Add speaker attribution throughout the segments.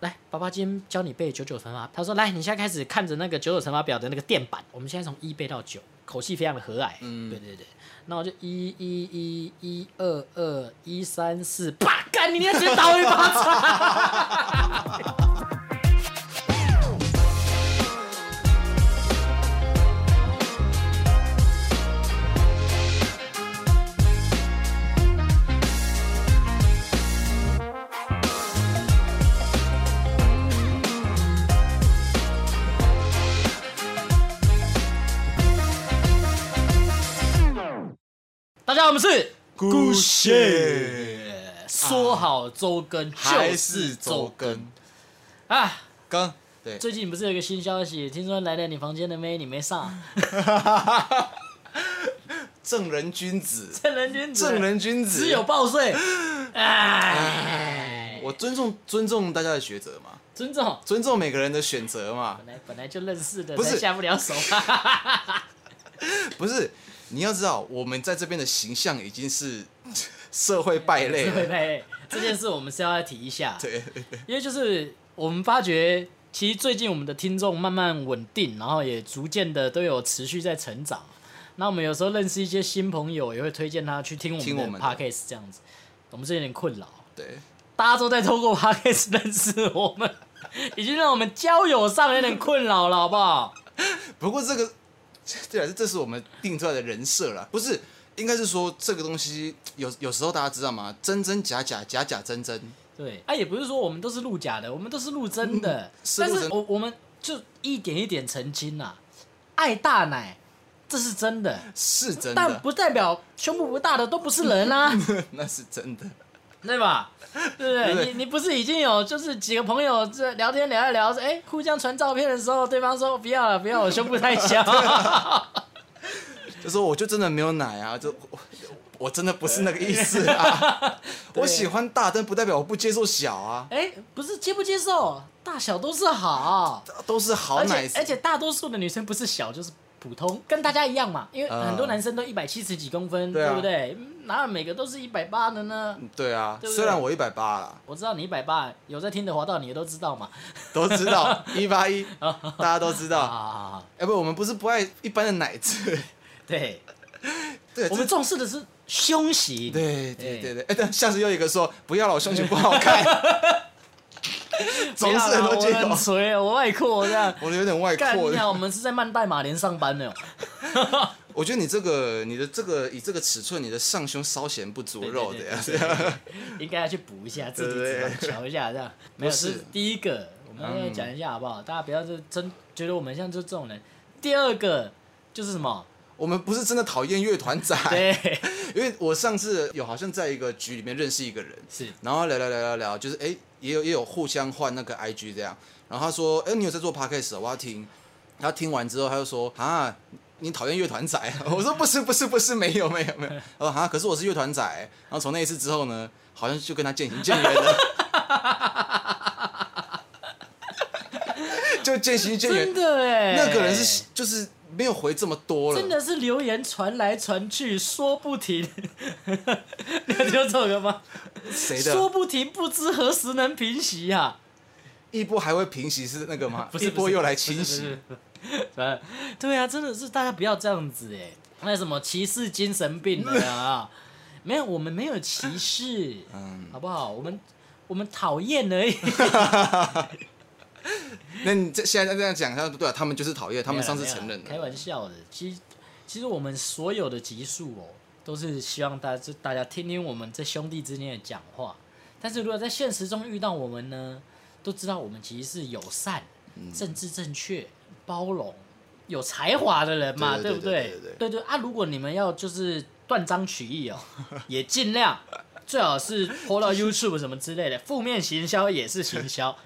Speaker 1: 来，爸爸今天教你背九九乘法。”他说：“来，你现在开始看着那个九九乘法表的那个垫板，我们现在从一背到九，口气非常的和蔼。”嗯，对对对。那我就一一一一二二一三四，啪！干你娘，直接打我一巴掌！大家好，我们是
Speaker 2: 故事
Speaker 1: 说好周更
Speaker 2: 还
Speaker 1: 就是
Speaker 2: 是周更
Speaker 1: 啊！
Speaker 2: 更对，
Speaker 1: 最近不是有一个新消息，听说来了你房间的妹，你没 上，
Speaker 2: 正人君子，
Speaker 1: 正人君子，
Speaker 2: 正人君子
Speaker 1: 只有报税，哎，
Speaker 2: 我尊重尊重大家的抉择嘛，
Speaker 1: 尊重，
Speaker 2: 尊重每个人的选择嘛
Speaker 1: 本，来本来就认识的，
Speaker 2: 不是
Speaker 1: 才下不了手啊嘛，
Speaker 2: 不是你要知道，我们在这边的形象已经是社会败类
Speaker 1: 对
Speaker 2: 了，
Speaker 1: 对， 这件事我们是要提一下，
Speaker 2: 对，
Speaker 1: 因为就是我们发觉，其实最近我们的听众慢慢稳定，然后也逐渐的都有持续在成长。那我们有时候认识一些新朋友，也会推荐他去听我
Speaker 2: 听我
Speaker 1: 们的
Speaker 2: 们的
Speaker 1: podcast 这样子。我们是有点困扰，
Speaker 2: 对，
Speaker 1: 大家都在透过 podcast 认识我们，已经让我们交友上有点困扰了，好不好？
Speaker 2: 不过这个， 对啊，这是我们定出来的人设啦，不是，应该是说这个东西有有时候大家知道吗？真真假假，假假真真，
Speaker 1: 对，啊，也不是说我们都是录假的，我们都是录真的，
Speaker 2: 是
Speaker 1: 但
Speaker 2: 录
Speaker 1: 是
Speaker 2: 真
Speaker 1: 我我们就一点一点澄清啦、爱大奶，这是真的。
Speaker 2: 是真
Speaker 1: 但
Speaker 2: 的，
Speaker 1: 不代表胸部不大的都不是人啊，
Speaker 2: 那是真的，
Speaker 1: 对吧？对不对？
Speaker 2: 对
Speaker 1: 你你不是已经有就是几个朋友这聊天聊一聊，哎、互相传照片的时候，对方说不要了，不要，我胸部太小。
Speaker 2: 就说我就真的没有奶啊，就我我真的不是那个意思啊， 我喜欢大，但不代表我不接受小啊，
Speaker 1: 哎、不是接不接受，大小都是好，
Speaker 2: 都是好
Speaker 1: 而
Speaker 2: 奶
Speaker 1: 且，而且大多数的女生不是小就是普通，跟大家一样嘛，因为
Speaker 2: 呃
Speaker 1: 很多男生都一百七十几公分，
Speaker 2: 对啊
Speaker 1: 不对？嗯哪有每个都是一百八的呢？
Speaker 2: 对啊，
Speaker 1: 对不对
Speaker 2: 虽然我一百八啦，
Speaker 1: 我知道你一百八，有在听的滑道你也都知道嘛。
Speaker 2: 都知 道一八一，大家都知道。
Speaker 1: 啊，
Speaker 2: 哎、不，我们不是不爱一般的奶子，
Speaker 1: 对，
Speaker 2: 对，
Speaker 1: 我们重视的是胸型。
Speaker 2: 这对对对对，哎、但下次又一个说不要了，我胸型不好 看， 总是很多借
Speaker 1: 不要啦我
Speaker 2: 口。
Speaker 1: 很，垂，我 外扩这样
Speaker 2: 我有点外
Speaker 1: 干
Speaker 2: 扩
Speaker 1: 你。啊！我们是在曼代马连上班的哦，
Speaker 2: 我觉得你这个你的这个以这个尺寸，你的上胸稍显不足肉的呀，这样
Speaker 1: 应该要去补一下，自己脂肪瞧一下这样。没有，
Speaker 2: 不
Speaker 1: 这
Speaker 2: 是
Speaker 1: 是第一个，我们要讲一下好不好？大家不要就真觉得我们像就这种人。第二个就是什么？
Speaker 2: 我们不是真的讨厌乐团仔，
Speaker 1: 对，
Speaker 2: 因为我上次有好像在一个局里面认识一个人，
Speaker 1: 是
Speaker 2: 然后聊聊聊聊聊，就是哎、也有也有互相换那个 IG 这样。然后他说：“哎、你有在做 podcast？哦我要听。”他听完之后，他就说：“啊，你讨厌乐团仔啊？” 我说：“不是，不是，不是，没有，没有，没有。”他说：“啊，可是我是乐团仔。”然后从那一次之后呢，好像就跟他渐行渐远了。 就渐行渐
Speaker 1: 真
Speaker 2: 远，
Speaker 1: 的哎。
Speaker 2: 那个人是就是没有回这么多了，
Speaker 1: 真的是留言传来传去，说不停。 你有听过这首歌吗？
Speaker 2: 谁的？
Speaker 1: 说不停，不知何时能平息呀、啊。
Speaker 2: 一波还会平息是那个吗？
Speaker 1: 不是
Speaker 2: 一波又来侵，
Speaker 1: 不是
Speaker 2: 袭，
Speaker 1: 不是不是反正 对啊，真的是大家不要这样子哎，那什么歧视精神病的 啊，没有，我们没有歧视，
Speaker 2: 嗯
Speaker 1: 好不好？我们我们讨厌而已，
Speaker 2: 那你这现在这样讲，他不对啊，他们就是讨厌，他们上次承
Speaker 1: 没有
Speaker 2: 认
Speaker 1: 啦
Speaker 2: 了。
Speaker 1: 开玩笑的，其实其实我们所有的集数哦，都是希望大家就大家听听我们这兄弟之间的讲话，但是如果在现实中遇到我们呢，都知道我们其实是友善、
Speaker 2: 嗯
Speaker 1: 政治正确、包容、有才华的人嘛，
Speaker 2: 对
Speaker 1: 不
Speaker 2: 对
Speaker 1: 对
Speaker 2: 对对对？
Speaker 1: 对对啊，如果你们要就是断章取 义哦，也尽量。最好是 p 到 YouTube 什么之类的，负面行销也是行销，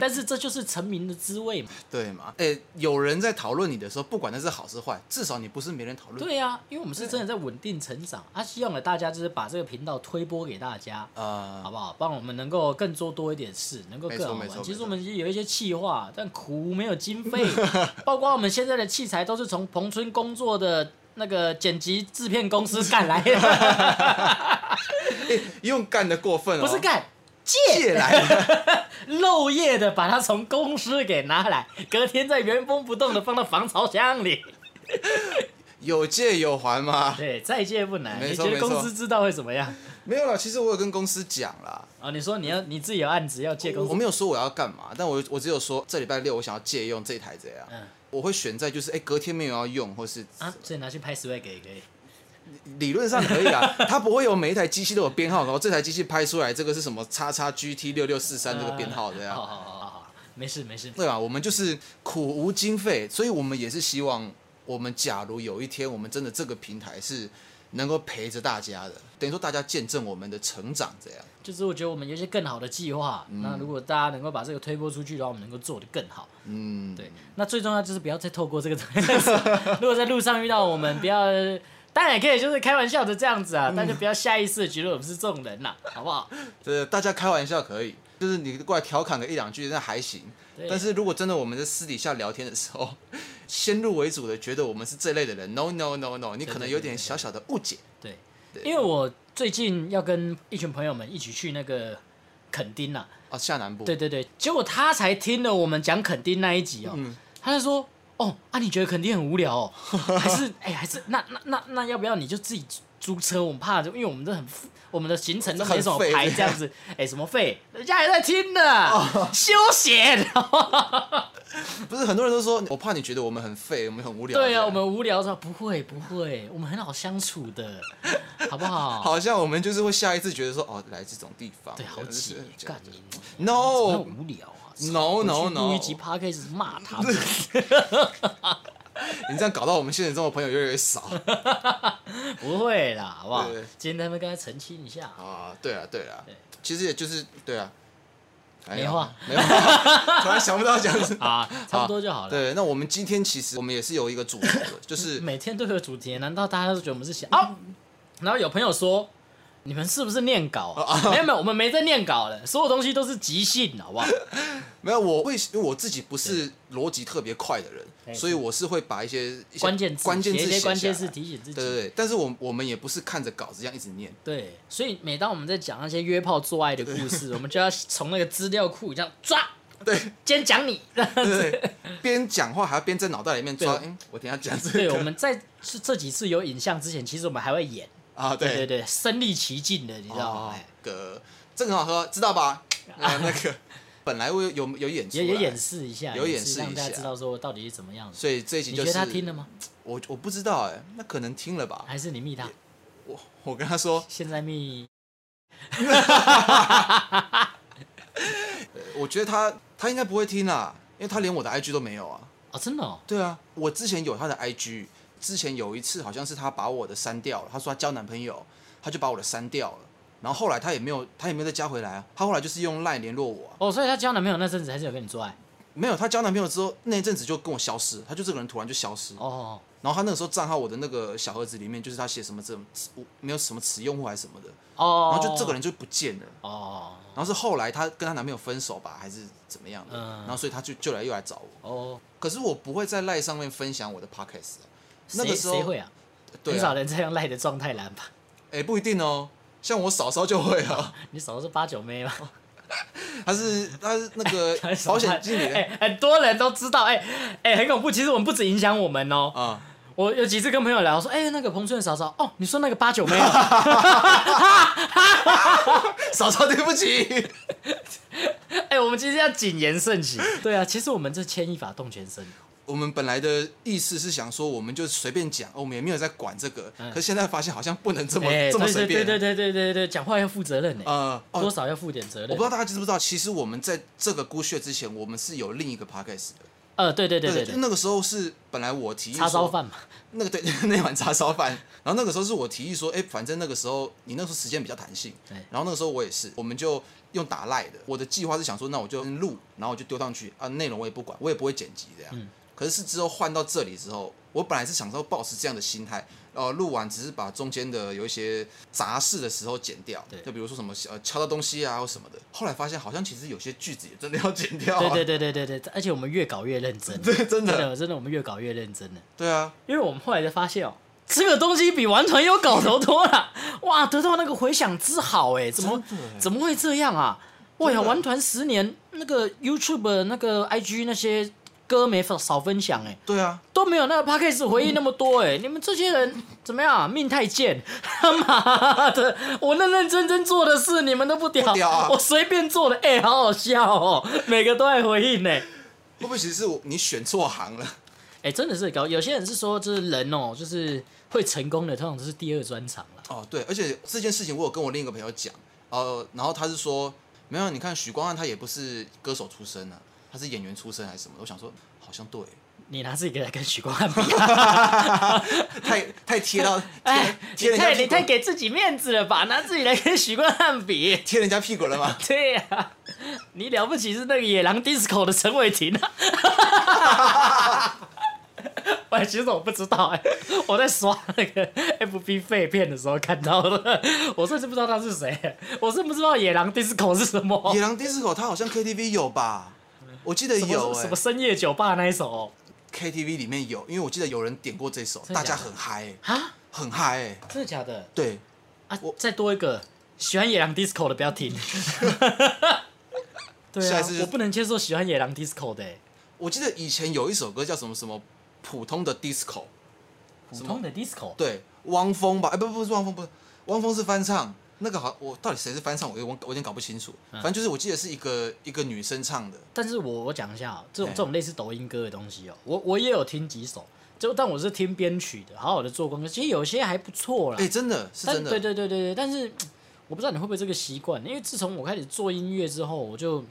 Speaker 1: 但是这就是成名的滋味嘛。
Speaker 2: 对嘛？哎、有人在讨论你的时候，不管那是好是坏，至少你不是没人讨论。
Speaker 1: 对呀、因为我们是真的在稳定成长，啊，希望了大家就是把这个频道推播给大家，好
Speaker 2: 啊、
Speaker 1: 不好？帮我们能够更做多一点事，能够
Speaker 2: 没
Speaker 1: 更
Speaker 2: 错
Speaker 1: 好
Speaker 2: 没错
Speaker 1: 玩。其
Speaker 2: 没
Speaker 1: 实
Speaker 2: 错
Speaker 1: 我们也有一些企划，但苦无没有经费， 包括我们现在的器材都是从彭村工作的那个剪辑制
Speaker 2: 哎
Speaker 1: 片公司干来的，
Speaker 2: 用干的过分哦，
Speaker 1: 不是干。借
Speaker 2: 借来 的，
Speaker 1: 漏夜的把它从公司给拿来，隔天再原封不动的放到防潮箱里。
Speaker 2: 有借有还嘛。
Speaker 1: 对，再借不难。
Speaker 2: 没
Speaker 1: 你
Speaker 2: 错
Speaker 1: 觉得
Speaker 2: 没
Speaker 1: 公
Speaker 2: 错
Speaker 1: 司知道会怎么样？
Speaker 2: 没有啦，其实我有跟公司讲啦，
Speaker 1: 哦，你说你要你自己有案子要借公
Speaker 2: 我
Speaker 1: 司，
Speaker 2: 没有说我要干嘛，但我我只有说这礼拜六我想要借用这一台这样，
Speaker 1: 嗯
Speaker 2: 我会选在就是哎、隔天没有要用，或是
Speaker 1: 啊，所以拿去拍 swag 也可以。
Speaker 2: 理论上可以 啦，它不会有每一台机器都有编号，然后这台机器拍出来这个是什么叉叉 GT 六六四三这个编号这
Speaker 1: 啊好
Speaker 2: 样，
Speaker 1: 好好好好，没事没事。
Speaker 2: 对吧？我们就是苦无经费，所以我们也是希望，我们假如有一天我们真的这个平台是能够陪着大家的，等于说大家见证我们的成长这样。
Speaker 1: 就是我觉得我们有一些更好的计划，那如果大家能够把这个推播出去的话，我们能够做得更好。
Speaker 2: 嗯，
Speaker 1: 对，那最重要就是不要再透过这个 如果在路上遇到我们，不要，当然也可以就是开玩笑的这样子
Speaker 2: 嗯
Speaker 1: 啊，但就不要下意识的觉得我们是这种人 啦、好不好？
Speaker 2: 这大家开玩笑可以，就是你过来调侃个一两句那还行，
Speaker 1: 对
Speaker 2: 但是如果真的我们在私底下聊天的时候， 先入为主的觉得我们是这类的人，no no no no，你可能有点小小的误解。
Speaker 1: 对，
Speaker 2: 对
Speaker 1: 因为我最近要跟一群朋友们一起去那个垦丁啦、
Speaker 2: 啊，下南部。
Speaker 1: 对对对，结果他才听了我们讲垦丁那一集哦，
Speaker 2: 嗯
Speaker 1: 他就说：“哦，啊，你觉得垦丁很无聊 哦，还是哎、还是那那那那要不要你就自己租租车？我们怕，因为我们这很我们的行程都没什么
Speaker 2: 很
Speaker 1: 排
Speaker 2: 废
Speaker 1: 这样 子，哎、什么费，人家还在听呢，
Speaker 2: 哦
Speaker 1: 休闲。
Speaker 2: 不是很多人都说，我怕你觉得我们很废，我们很无聊。
Speaker 1: 对
Speaker 2: 这
Speaker 1: 啊，
Speaker 2: 样
Speaker 1: 我们无聊的时候不会不会，我们很好相处 的，好不好？
Speaker 2: 好像我们就是会下一次觉得说，哦，来这种地方，
Speaker 1: 对，好
Speaker 2: 真的
Speaker 1: 挤
Speaker 2: 是，这
Speaker 1: 干
Speaker 2: 样
Speaker 1: 你很
Speaker 2: no
Speaker 1: 无聊啊。
Speaker 2: no
Speaker 1: 我
Speaker 2: no
Speaker 1: 去录一
Speaker 2: no，
Speaker 1: 集 p o d c a s 骂他 们。”
Speaker 2: 你这样搞到我们现实中的朋友越来越少
Speaker 1: 不会啦，好不好
Speaker 2: 对？
Speaker 1: 今天他们跟他澄清一下，
Speaker 2: 啊。对啊对啊
Speaker 1: 对，
Speaker 2: 其实也就是对啊，哎呀
Speaker 1: 没话
Speaker 2: 没话， 突然想不到讲什么。
Speaker 1: 啊，差不多就好了。
Speaker 2: 对，那我们今天其实我们也是有一个主题的，就是
Speaker 1: 每天都有主题，难道大家都觉得我们是闲？哦，然后有朋友说，你们是不是念稿啊？
Speaker 2: 哦
Speaker 1: 没有没有，我们没在念稿了，所有东西都是即兴， 好不好？
Speaker 2: 没有我会，因为我自己不是逻辑特别快的人，所以我是会把一些一些
Speaker 1: 哎关键字，
Speaker 2: 关键
Speaker 1: 写
Speaker 2: 字
Speaker 1: 一
Speaker 2: 写
Speaker 1: 些关键
Speaker 2: 下
Speaker 1: 字
Speaker 2: 来
Speaker 1: 提醒自
Speaker 2: 对对
Speaker 1: 己。
Speaker 2: 对，但是我我们也不是看着稿子这样一直 念，
Speaker 1: 对，所以每当我们在讲那些约炮做爱的故 事，我们就要从那个资料库这样抓，
Speaker 2: 对，
Speaker 1: 今天讲你。
Speaker 2: 对对，边讲话还要边在脑袋里面抓，
Speaker 1: 对
Speaker 2: 嗯，我等一下讲这
Speaker 1: 对，我
Speaker 2: 个
Speaker 1: 们在这这几次有影像之前，其实我们还会演，
Speaker 2: 啊，
Speaker 1: 对对哎
Speaker 2: 对，
Speaker 1: 对，身临其境的，你知道吗
Speaker 2: 哦？，个这个很好喝，知道吧？啊，那 个本来我有有有演出，
Speaker 1: 也也演，示一下，
Speaker 2: 有
Speaker 1: 也
Speaker 2: 演
Speaker 1: 是
Speaker 2: 示
Speaker 1: 让
Speaker 2: 一
Speaker 1: 大家
Speaker 2: 下
Speaker 1: 知道说我到底是怎么样的。
Speaker 2: 所以这一集
Speaker 1: 你
Speaker 2: 就
Speaker 1: 觉
Speaker 2: 是
Speaker 1: 得他听了吗？哎
Speaker 2: 我我不知道哎，那可能听了吧？
Speaker 1: 还是你密他？
Speaker 2: 我我跟他说，
Speaker 1: 现在密
Speaker 2: 我觉得他他应该不会听啦，因为他连我的 IG 都没有啊。
Speaker 1: 哦，真的哦，
Speaker 2: 对啊，我之前有她的 IG，之前有一次好像是她把我的删掉了，她说她交男朋友，她就把我的删掉了，然后后来她也没有，她也没有再加回来啊，她后来就是用 LINE 联络我啊、
Speaker 1: 哦，所以她交男朋友那阵子还是有跟你做爱
Speaker 2: 没有，她交男朋友之后那一阵子就跟我消失，她就这个人突然就消失，
Speaker 1: 哦，
Speaker 2: 然后她那个时候账号我的那个小盒子里面就是她写什么这种没有什么此用户还是什么的，
Speaker 1: 哦，
Speaker 2: 然后就这个人就不见了。
Speaker 1: 哦
Speaker 2: 然后是后来她跟她男朋友分手吧，还是怎么样的？
Speaker 1: 嗯
Speaker 2: 然后所以她就就来又来找我，
Speaker 1: 哦，可
Speaker 2: 可是我不会在赖上面分享我的 podcast，啊那个时候
Speaker 1: 谁会啊？
Speaker 2: 对、
Speaker 1: 很
Speaker 2: 啊，
Speaker 1: 少人这样赖的状态拦吧？
Speaker 2: 哎、不一定哦，像我嫂嫂就会啊，
Speaker 1: 你嫂子是八九妹吗？
Speaker 2: 她是她是那个 保险经理的
Speaker 1: 哎，很多人都知道，哎哎，很恐怖。其实我们不止影响我们哦，
Speaker 2: 啊、
Speaker 1: 我有几次跟朋友聊说，哎，那个彭顺嫂嫂，哦，你说那个八九妹啊，
Speaker 2: 嫂嫂对不起，
Speaker 1: 哎，我们今天要谨言慎行。对啊，其实我们这牵一发动全身。
Speaker 2: 我们本来的意思是想说，我们就随便讲，哦我们也没有在管这个，
Speaker 1: 嗯
Speaker 2: 可是现在发现好像不能这么、
Speaker 1: 哎，
Speaker 2: 这么
Speaker 1: 对
Speaker 2: 随便，
Speaker 1: 对对对对对对，讲话要负责任呢，
Speaker 2: 呃，哦，
Speaker 1: 多
Speaker 2: 我
Speaker 1: 少要负点责任
Speaker 2: 不知。道大家知不知道，其实我们在这个孤穴之前，我们是有另一个 podcast 的，
Speaker 1: 呃，对对对对
Speaker 2: 就
Speaker 1: 对，
Speaker 2: 那个时候是本来我提议
Speaker 1: 叉烧
Speaker 2: 说
Speaker 1: 饭嘛，
Speaker 2: 那个对 那碗叉烧饭，然后那个时候是我提议说，哎、反正那个时候你那时候时间比较弹性
Speaker 1: 对，
Speaker 2: 然后那个时候我也是，我们就用打赖的。我的计划是想说，那我就录，然后我就丢上去啊，内容我也不管，我也不会剪辑这样。可是是之后换到这里之后，我本来是想说保持这样的心态，呃，录完只是把中间的有一些杂事的时候剪掉
Speaker 1: 对，
Speaker 2: 就比如说什么呃敲到东西啊或什么的。后来发现好像其实有些句子也真的要剪掉、啊，
Speaker 1: 对对对对对对，而且我们越搞越认真，真
Speaker 2: 对，真的，
Speaker 1: 的真的我们越搞越认真了，
Speaker 2: 对啊，
Speaker 1: 因为我们后来才发现哦，这个东西比玩团有搞头多了，哇，得到那个回响之好哎，怎么
Speaker 2: 真的耶欸
Speaker 1: 怎么会这样啊？哇呀，
Speaker 2: 真的
Speaker 1: 玩团十年，那个 YouTube、那个 IG 那些歌没少少分享哎、
Speaker 2: 对啊，
Speaker 1: 都没有那个 p a c k a g e 回应那么多哎、你们这些人怎么样啊、命太贱， 他妈的！我认认真真做的事，你们都不屌，
Speaker 2: 不屌啊
Speaker 1: 我随便做的哎、好好笑哦、每个都爱回应呢、哎
Speaker 2: 会不会其实是我你选错行了？
Speaker 1: 欸真的是高，有些人是说就是人哦、就是会成功的，通常都是第二专场啦。
Speaker 2: 哦，对，而且这件事情我有跟我另一个朋友讲，呃，然后他是说，没有，啊你看许光汉他也不是歌手出身啊，他是演员出身还是什么的？我想说，好像对，
Speaker 1: 你拿自己来跟许光汉比，
Speaker 2: 太太贴到贴
Speaker 1: 哎，
Speaker 2: 贴
Speaker 1: 你
Speaker 2: 人家
Speaker 1: 太你
Speaker 2: 屁
Speaker 1: 太
Speaker 2: 股，
Speaker 1: 给自己面子了吧？拿自己来跟许光汉比，
Speaker 2: 贴人家屁股了吗？
Speaker 1: 对呀、你了不起是那个野狼 disco 的陈伟霆啊！ 喂，其实我不知道哎、我在刷那个 FB 废片的时候看到的， 我甚至不知道他是谁，我是不知道野狼 disco 是什么，
Speaker 2: 野狼 disco 他好像 KTV 有吧？我记得
Speaker 1: 什么
Speaker 2: 有
Speaker 1: 什
Speaker 2: 哎、
Speaker 1: 么深夜酒吧那一首哦
Speaker 2: k t v 里面有，因为我记得有人点过这首，
Speaker 1: 真的
Speaker 2: 大家
Speaker 1: 假的
Speaker 2: 很嗨、欸，
Speaker 1: 啊，
Speaker 2: 很嗨、欸，
Speaker 1: 真的假的
Speaker 2: 对，
Speaker 1: 啊
Speaker 2: 我？
Speaker 1: 再多一个喜欢野狼 disco 的不要 听。对
Speaker 2: 下
Speaker 1: 啊
Speaker 2: 一次，就
Speaker 1: 我不能接受喜欢野狼 disco 的、欸，
Speaker 2: 我记得以前有一首歌叫什么什么普通的 disco，
Speaker 1: 普通的 disco
Speaker 2: 对，汪峰吧？哎、不不不是汪峰，不是汪峰是翻唱，那个好，我到底谁是翻唱，我有点忘我有点搞不清楚。反正就是我记得是一个一个女生唱的，
Speaker 1: 但是我我讲一下、哦，这种
Speaker 2: 哎
Speaker 1: 这种类似抖音歌的东西哦、我我也有听几首，就但我是听编曲的，好好的做功课，其实有些还不错啦。
Speaker 2: 哎、真的是
Speaker 1: 但
Speaker 2: 真的，
Speaker 1: 对对对对对，但是我不知道你会不会这个习惯，因为自从我开始做音乐之后，我就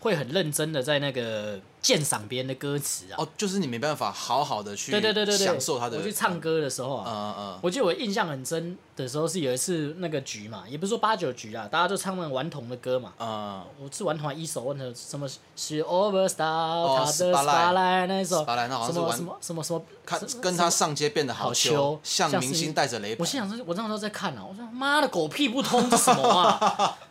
Speaker 1: 会很认真的在那个鉴赏别人的歌词啊。
Speaker 2: 哦，就是你没办法好好的去
Speaker 1: 对对对对对，
Speaker 2: 享受她的，
Speaker 1: 我去唱歌的时候啊，
Speaker 2: 嗯，嗯嗯，
Speaker 1: 我记得我印象很深的时候是有一次那个局嘛，也不是说八九局啊，大家就唱那个顽童的歌嘛，
Speaker 2: 嗯，
Speaker 1: 我是玩团一首，问的什么是 Overstar，他
Speaker 2: 哦
Speaker 1: 的
Speaker 2: Spotlight
Speaker 1: Starlight 那一首，
Speaker 2: Spotlight，那好像
Speaker 1: 什
Speaker 2: 是
Speaker 1: 么
Speaker 2: 玩
Speaker 1: 什么什么什么，
Speaker 2: 看
Speaker 1: 什么
Speaker 2: 跟她上街变得好
Speaker 1: 好秋
Speaker 2: 像
Speaker 1: 像
Speaker 2: 明
Speaker 1: 是
Speaker 2: 星带着雷
Speaker 1: 我
Speaker 2: 鹏，
Speaker 1: 心想说，我那时候在看啊，我说妈的狗屁不通，这什么啊？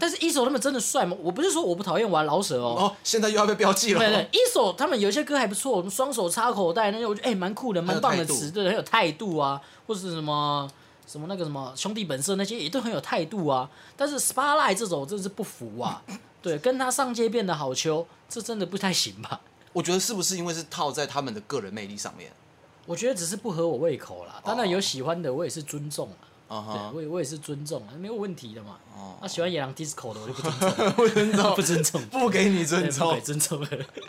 Speaker 1: 但是一手他们真的帅吗？我不是说我不讨厌玩老舍哦。
Speaker 2: 哦，现在又要被标记了，
Speaker 1: 对对， 一手他们有一些歌还不错，我们双手插口袋那些，我觉得哎蛮酷的，蛮棒的
Speaker 2: 很有态度
Speaker 1: 词，对，很有态度啊，或是什么什么那个什么兄弟本色那些也都很有态度啊。但是 Spotlight 这种我真是不服 啊，对，跟他上街变得好秋，这真的不太行吧？
Speaker 2: 我觉得是不是因为是套在他们的个人魅力上面？
Speaker 1: 我觉得只是不合我胃口啦。当然
Speaker 2: 哦
Speaker 1: 有喜欢的，我也是尊重啦。
Speaker 2: 啊哈
Speaker 1: 对，，我也我也是尊重啊，没有问题的嘛。
Speaker 2: 哦
Speaker 1: 那、喜欢野狼 disco 的，我就不尊重，
Speaker 2: 不尊重，
Speaker 1: 不尊重，
Speaker 2: 不给
Speaker 1: 对
Speaker 2: 你尊
Speaker 1: 不可
Speaker 2: 重
Speaker 1: 以尊重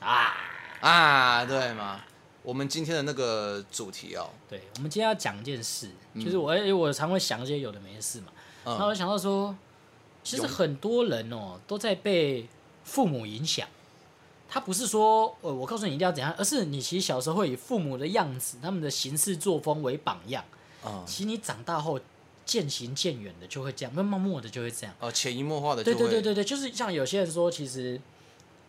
Speaker 1: 啊！
Speaker 2: 啊，对嘛？我们今天的那个主题哦，
Speaker 1: 对，我们今天要讲一件事，
Speaker 2: 嗯
Speaker 1: 就是我因为我常会想一些有的没的事嘛，然后我想到说，其实
Speaker 2: 有
Speaker 1: 很多人哦都在被父母影响。他不是说，呃，我告诉你一定要怎样，而是你其实小时候会以父母的样子、他们的行事作风为榜样，
Speaker 2: 嗯，
Speaker 1: 其实你长大后渐行渐远的就会这样，慢慢默的就会这样。
Speaker 2: 呃，潜移默化的
Speaker 1: 对
Speaker 2: 就会，
Speaker 1: 对对对对，就是像有些人说，其实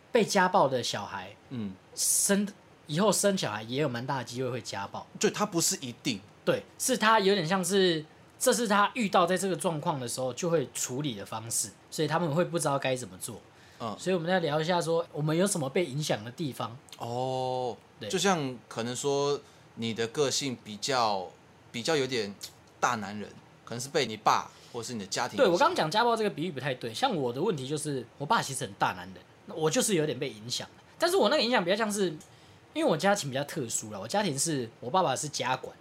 Speaker 1: 被家暴的小孩
Speaker 2: 嗯，
Speaker 1: 生以后生小孩也有蛮大的机会会家暴。
Speaker 2: 就它不是一定，
Speaker 1: 对，是他有点像是，这是他遇到在这个状况的时候就会处理的方式，所以他们会不知道该怎么做。
Speaker 2: 嗯
Speaker 1: 所以我们要聊一下说，我们有什么被影响的地方？
Speaker 2: 哦，
Speaker 1: 对
Speaker 2: 就像可能说你的个性比较比较有点大男人，可能是被你爸或是你的家庭影
Speaker 1: 对
Speaker 2: 响，
Speaker 1: 我刚刚讲家暴这个比喻不太对，像我的问题就是，我爸其实很大男人，那我就是有点被影响了但是我那个影响比较像是，因为我家庭比较特殊了，我家庭是我爸爸是家管，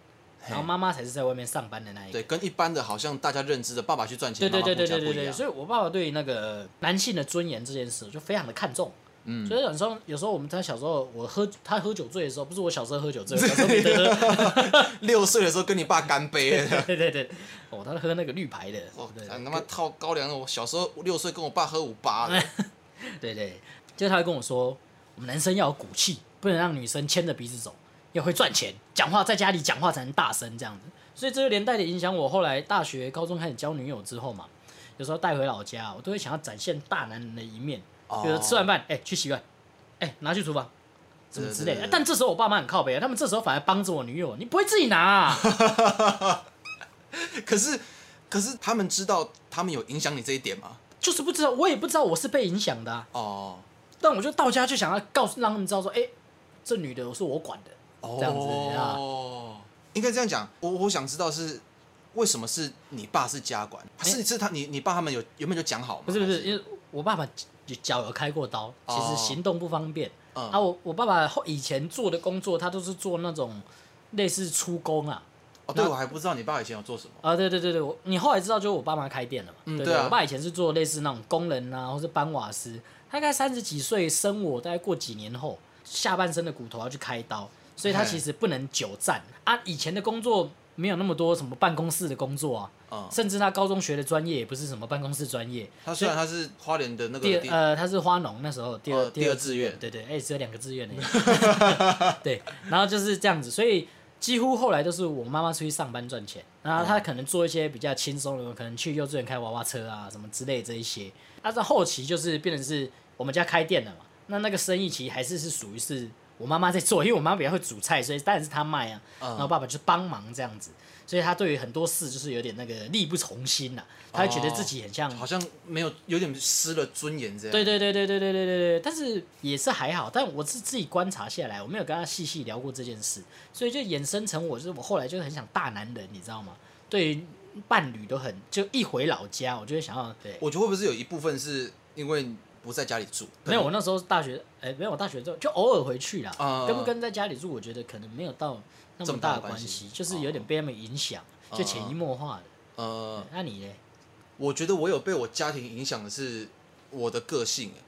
Speaker 1: 然后
Speaker 2: 嘿
Speaker 1: 妈妈才是在外面上班的那一个。
Speaker 2: 对，跟一般的好像大家认知的爸爸去赚
Speaker 1: 对
Speaker 2: 钱，
Speaker 1: 对对对对
Speaker 2: 妈妈顾
Speaker 1: 对
Speaker 2: 家不一
Speaker 1: 对，
Speaker 2: 样
Speaker 1: 所以我爸爸对那个男性的尊严这件事就非常的看重。嗯，所以有时候有时候我们他小时候我喝他喝酒醉的时候，不是我小时候喝 酒醉，我小时候没得喝。
Speaker 2: 六岁的时候跟你爸干 杯。
Speaker 1: 对对对，哦，他喝那个绿牌的，
Speaker 2: 我
Speaker 1: 对哎
Speaker 2: 他妈套高粱了！我小时候六岁跟我爸喝五八的，
Speaker 1: 对对，接着他会跟我说，我们男生要有骨气，不能让女生牵着鼻子走，要会赚钱，讲话在家里讲话才能大声这样子。所以这就连带的影响我后来大学、高中开始交女友之后嘛，有时候带回老家，我都会想要展现大男人的一面，
Speaker 2: 哦
Speaker 1: 比如说吃完饭，哎、去洗碗，哎、拿去厨房。什么之类
Speaker 2: 对对
Speaker 1: 的
Speaker 2: 对，
Speaker 1: 但这时候我爸妈很靠北啊，他们这时候反而帮着我女友，你不会自己拿、啊，
Speaker 2: 可是可是他们知道他们有影响你这一点吗？
Speaker 1: 就是不知道，我也不知道我是被影响的、啊，
Speaker 2: 哦
Speaker 1: 但我就到家就想要告诉让他们知道说，哎、这女的是我管的，
Speaker 2: 哦，
Speaker 1: 这样子啊，
Speaker 2: 应该这样讲。我我想知道是啊为什么是你爸是家管，是是他你你爸他们有原本就讲好吗？
Speaker 1: 不是不
Speaker 2: 还
Speaker 1: 是，因为我爸爸脚脚有开过刀，其
Speaker 2: 哦
Speaker 1: 实行动不方便。
Speaker 2: 嗯
Speaker 1: 啊，我我爸爸后以前做的工作，他都是做那种类似出工啊。
Speaker 2: 哦，对，我还不知道你爸以前有做什么。
Speaker 1: 啊，对对对对，我你后来知道就是我爸妈开店了嘛？
Speaker 2: 嗯
Speaker 1: 对
Speaker 2: 对啊
Speaker 1: 我爸以前是做类似那种工人啊，或是搬瓦斯。他大概三十几岁生我，大概过几年后，下半身的骨头要去开刀，所以他
Speaker 2: 嘿
Speaker 1: 其实不能久站啊。以前的工作没有那么多什么办公室的工作啊，
Speaker 2: 嗯，
Speaker 1: 甚至他高中学的专业也不是什么办公室专业。
Speaker 2: 他虽然他是花莲的那
Speaker 1: 第
Speaker 2: 个
Speaker 1: 二
Speaker 2: 地，
Speaker 1: 呃，他是花农那时候第二、
Speaker 2: 呃第二志愿，
Speaker 1: 对对，哎、只有两个志愿呢。 对，然后就是这样子，所以几乎后来都是我妈妈出去上班赚钱，然后她
Speaker 2: 嗯
Speaker 1: 可能做一些比较轻松的，可能去幼稚园开娃娃车啊什么之类这一些。那、到后期就是变成是我们家开店了嘛，那那个生意其实还是是属于是我妈妈在做，因为我妈比较会煮菜，所以当然是她卖啊，
Speaker 2: 嗯
Speaker 1: 然后爸爸就帮忙这样子。所以她对于很多事就是有点那个力不从心呐、她会觉得自己很像
Speaker 2: 好像没有有点失了尊严这样。
Speaker 1: 对对对对对对对对对，但是也是还好，但我是自己观察下来，我没有跟他细细聊过这件事，所以就衍生成我就是我后来就是很想大男人，你知道吗？对于伴侣都很，就一回老家，我就会想要对。
Speaker 2: 我觉得会不会是有一部分是因为你不在家里住？
Speaker 1: 没有，我那时候大学，哎、没有，我大学之后就偶尔回去啦。
Speaker 2: 啊
Speaker 1: 跟不跟在家里住，我觉得可能没有到那
Speaker 2: 这
Speaker 1: 么
Speaker 2: 么大
Speaker 1: 的
Speaker 2: 的关
Speaker 1: 系，
Speaker 2: 系
Speaker 1: 就是有点被他们影响，
Speaker 2: 啊
Speaker 1: 就潜移默化的。
Speaker 2: 呃，
Speaker 1: 那你呢？
Speaker 2: 我觉得我有被我家庭影响的是我的个性。欸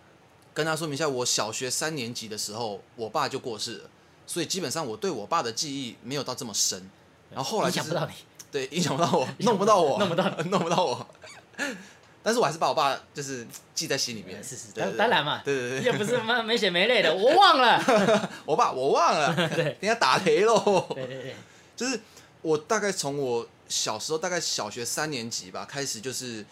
Speaker 2: 跟他说明一下，我小学三年级的时候，我爸就过世了，所以基本上我对我爸的记忆没有到这么深。然后后来
Speaker 1: 影
Speaker 2: 就
Speaker 1: 响
Speaker 2: 是
Speaker 1: 不到你，
Speaker 2: 对，影响不到我，弄不到我，
Speaker 1: 弄不到，
Speaker 2: 弄不到我。但是我还是把我爸就是记在心里面，
Speaker 1: 是是，
Speaker 2: 对
Speaker 1: 当当然嘛，
Speaker 2: 对对
Speaker 1: 也
Speaker 2: 对
Speaker 1: 不是妈没血没泪的，我忘 了。
Speaker 2: 我爸我忘了，
Speaker 1: 对
Speaker 2: 人家打雷喽。
Speaker 1: 对对对，
Speaker 2: 就是我大概从我小时候，大概小学三年级吧开始，就是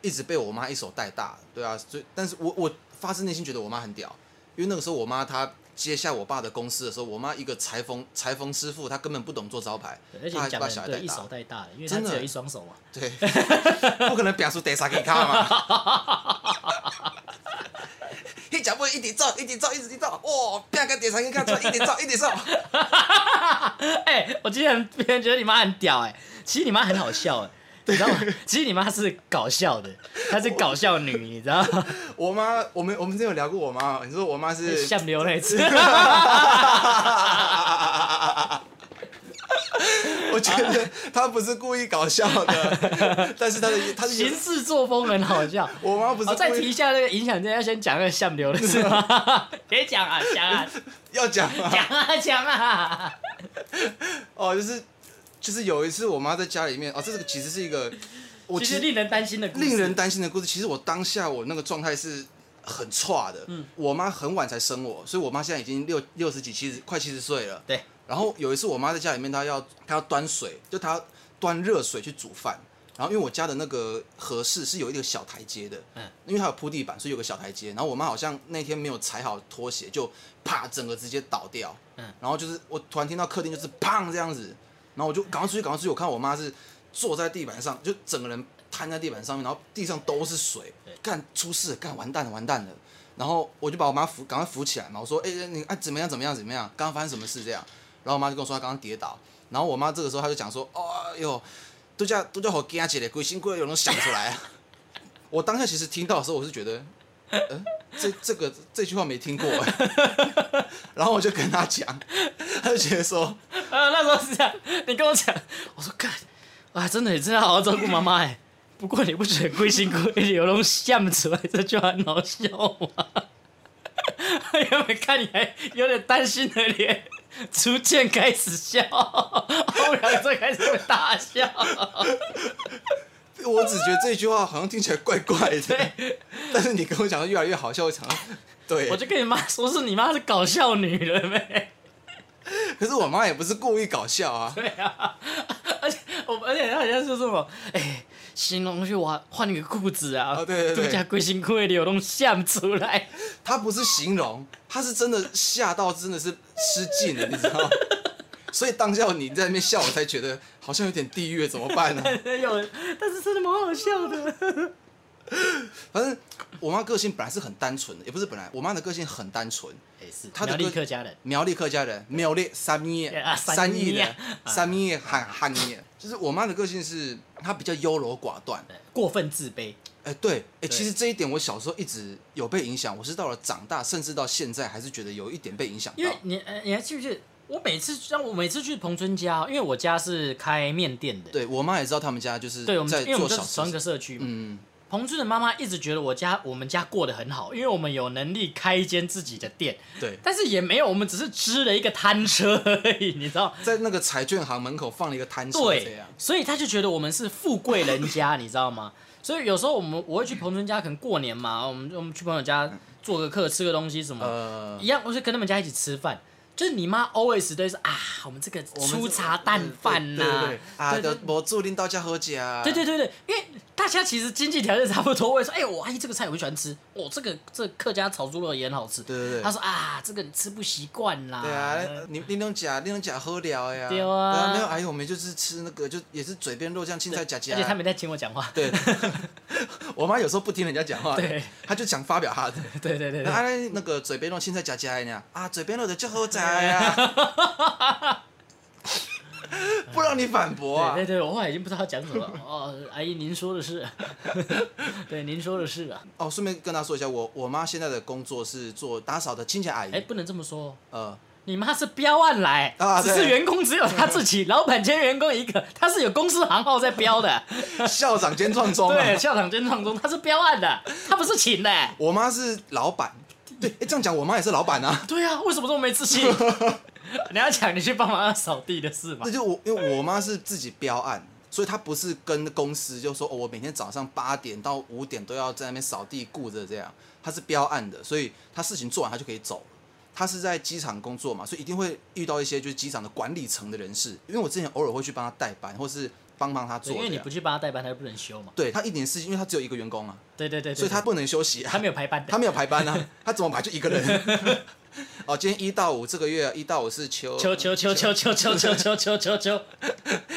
Speaker 2: 一直被我妈一手带大，对啊。所以，但是我我发自内心觉得我妈很屌，因为那个时候我妈她接下我爸的公司的时候，我妈一个裁缝裁缝师傅，她根本不懂做招牌
Speaker 1: 对而，且
Speaker 2: 她
Speaker 1: 你
Speaker 2: 还
Speaker 1: 讲
Speaker 2: 把
Speaker 1: 的
Speaker 2: 小孩
Speaker 1: 对，
Speaker 2: 带
Speaker 1: 一手
Speaker 2: 大，
Speaker 1: 带大的，因为他
Speaker 2: 真的
Speaker 1: 只有一双手嘛。
Speaker 2: 对，不可能表述得啥给看嘛。 一脚步一直走，一直走，一直走，哇！变个点上一看出来，一直走，一直走。
Speaker 1: 哎、我今天别人觉得你妈很屌哎、其实你妈很好笑 哎、你知道吗？其实你妈是搞笑的，她是搞笑女，你知道 吗？
Speaker 2: 我妈，我们我们之前有聊过我妈，哦你说我妈是
Speaker 1: 像流那一次，
Speaker 2: 我觉得他不是故意搞笑 的，但是他的他
Speaker 1: 行
Speaker 2: 是
Speaker 1: 事作风很好笑。
Speaker 2: 我妈不是
Speaker 1: 我、再
Speaker 2: 故
Speaker 1: 提
Speaker 2: 意
Speaker 1: 一下那个影响，要先讲那个像流的事 吗？别讲啊，讲啊，
Speaker 2: 要讲嘛，
Speaker 1: 讲啊，讲啊！
Speaker 2: 哦，就是就是有一次我妈在家里面，哦，这个其实是一个我
Speaker 1: 其
Speaker 2: 其
Speaker 1: 实
Speaker 2: 实
Speaker 1: 令人担心的故事，
Speaker 2: 令人担心的故事。其实我当下我那个状态是很差的，嗯，我妈很晚才生我，所以我妈现在已经六六十几、七十快七十岁了。
Speaker 1: 对，
Speaker 2: 然后有一次我妈在家里面，她要她要端水，就她端热水去煮饭。然后因为我家的那个和室是有一个小台阶的，
Speaker 1: 嗯
Speaker 2: 嗯，因为它有铺地板，所以有个小台阶。然后我妈好像那天没有踩好拖鞋，就啪整个直接倒掉，
Speaker 1: 嗯
Speaker 2: 嗯，然后就是我突然听到客厅就是砰这样子，然后我就赶快出去，赶快出去，我看我妈是坐在地板上，就整个人瘫在地板上面，然后地上都是水
Speaker 1: 对，
Speaker 2: 干出事了，干完蛋了，完蛋了。然后我就把我妈扶，赶快扶起来嘛。我说：“哎、哎你啊怎么样？怎么样？怎么样？刚刚发生什么事？这样？”然后我妈就跟我说她刚刚跌倒。然后我妈这个时候她就讲说：“哦哎哟，都叫都叫好惊起来，鬼心鬼有人想出来啊。” 我当下其实听到的时候，我是觉得，嗯、这这个这句话没听过哎。 然后我就跟她讲，她就觉得说，
Speaker 1: 呃，那时候是这样，你跟我讲，我说干，啊，真的，你真的要好好照顾妈妈哎。不过你不觉得归心归里有东西笑不出来，这句话很好笑吗？ 原本看你还有点担心的脸，逐渐开始笑， 后来就开始会大笑。
Speaker 2: 我只觉得这句话好像听起来怪怪的，
Speaker 1: 对，
Speaker 2: 但是你跟我讲的越来越好笑，我想到，对
Speaker 1: 我，就跟你妈说是你妈是搞笑女人呗。
Speaker 2: 可是我妈也不是故意搞笑啊，
Speaker 1: 对啊，而且我而且他好像是什么，哎、形容去玩换个裤子啊，
Speaker 2: 哦对对对
Speaker 1: 度假归心归里有东西笑不出来。
Speaker 2: 她不是形容，她是真的吓到，真的是失禁了，你知道吗？所以当下你在那边笑，我才 觉得好像有点地狱，怎么办呢、
Speaker 1: 有，但是真的蛮好笑的。
Speaker 2: 反正我妈个性本来是很单纯的，也不是本来，我妈的个性很单纯，
Speaker 1: 也哎是
Speaker 2: 他的
Speaker 1: 苗栗
Speaker 2: 歌
Speaker 1: 客家人，
Speaker 2: 苗栗客家人，苗栗三米
Speaker 1: 啊三
Speaker 2: 三
Speaker 1: 米
Speaker 2: 亿人
Speaker 1: 啊，
Speaker 2: 三米喊喊你，就是我妈的个性是她比较优柔寡断。
Speaker 1: 对过分自卑，
Speaker 2: 哎，对，哎，
Speaker 1: 对
Speaker 2: 其实这一点我小时候一直有被影响，我是到了长大，甚至到现在还是觉得有一点被影响
Speaker 1: 因为
Speaker 2: 到。
Speaker 1: 你呃你还记不记得？我每次像我每次去彭村家，因为我家是开面店的，
Speaker 2: 对我妈也知道他们家就是
Speaker 1: 对，我们
Speaker 2: 在
Speaker 1: 因为我们就
Speaker 2: 做小
Speaker 1: 是同一
Speaker 2: 吃，
Speaker 1: 个社区嘛。
Speaker 2: 嗯，
Speaker 1: 彭村的妈妈一直觉得我家我们家过得很好，因为我们有能力开一间自己的店，
Speaker 2: 对，
Speaker 1: 但是也没有，我们只是支了一个摊车而已，你知道？
Speaker 2: 在那个彩券行门口放了一个摊车，这
Speaker 1: 对
Speaker 2: 样，，
Speaker 1: 所以他就觉得我们是富贵人家， 你知道吗？所以有时候我们我会去彭村家，可能过年嘛，我们我们去朋友家做个客，吃个东西什么，
Speaker 2: 呃
Speaker 1: 一，样，我就跟他们家一起吃饭。就是你妈 always 都会说啊，我们这个
Speaker 2: 我们
Speaker 1: 粗茶淡饭呐、
Speaker 2: 对对对啊，
Speaker 1: 对对
Speaker 2: 的我祝领到家喝酒啊，
Speaker 1: 对对对对，因为大家其实经济条件差不多，我也说，哎、我阿姨这个菜我很喜欢吃，我、这个这个客家炒猪肉也很好吃。
Speaker 2: 对对对
Speaker 1: 他说啊，这个你吃不习惯啦。
Speaker 2: 对啊，你你弄假你弄假喝聊呀，
Speaker 1: 对啊
Speaker 2: 没有哎，我们就是吃那个，就也是嘴边肉酱青菜夹夹。
Speaker 1: 而且他没在听我讲话。
Speaker 2: 对， 我妈有时候不听人家讲话，
Speaker 1: 对，
Speaker 2: 她就想发表她的。
Speaker 1: 对对对对，
Speaker 2: 啊，那个嘴边肉青菜夹夹呀，啊，嘴边肉的就好 仔呀，不让你反驳啊
Speaker 1: 对对。对，我后来已经不知道他讲什么了。哦，阿姨您说的是， 对，您说的是啊。
Speaker 2: 哦，顺便跟她说一下，我我妈现在的工作是做打扫的清洁阿
Speaker 1: 哎，
Speaker 2: 姨，
Speaker 1: 不能这么说，
Speaker 2: 呃，
Speaker 1: 你妈是标案来，
Speaker 2: 啊
Speaker 1: 只是
Speaker 2: 对嗯
Speaker 1: 员工只有她自己，老板兼员工一个，她是有公司行号在标的。
Speaker 2: 嗯校长兼撞钟啊。
Speaker 1: 对，校长兼创中，她是标案的，她不是请的。
Speaker 2: 我妈是老板，对，哎这样讲我妈也是老板啊。
Speaker 1: 对啊，为什么这么没自 信？你要讲你去帮忙扫地的事嘛
Speaker 2: 那？就我，因为我妈是自己标案，所以她不是跟公司就说哦，我每天早上八点到五点都要在那边扫地顾着这样，她是标案的，所以她事情做完她就可以走了。她是在机场工作嘛，所以一定会遇到一些就是机场的管理层的人士，因为我之前偶尔会去帮她代班，或是帮帮她做
Speaker 1: 对，因
Speaker 2: 这
Speaker 1: 为你
Speaker 2: 样
Speaker 1: 不。去帮他代班，他就不能休嘛。
Speaker 2: 对她一点事情，因为她只有一个员工啊，
Speaker 1: 对对对对
Speaker 2: 所以她不能休息啊。
Speaker 1: 他没有排班，
Speaker 2: 他没有排班啊，他怎么排就一个人。 哦，今天一到五这个月一到五是秋，
Speaker 1: 求求求求求求求求求求求，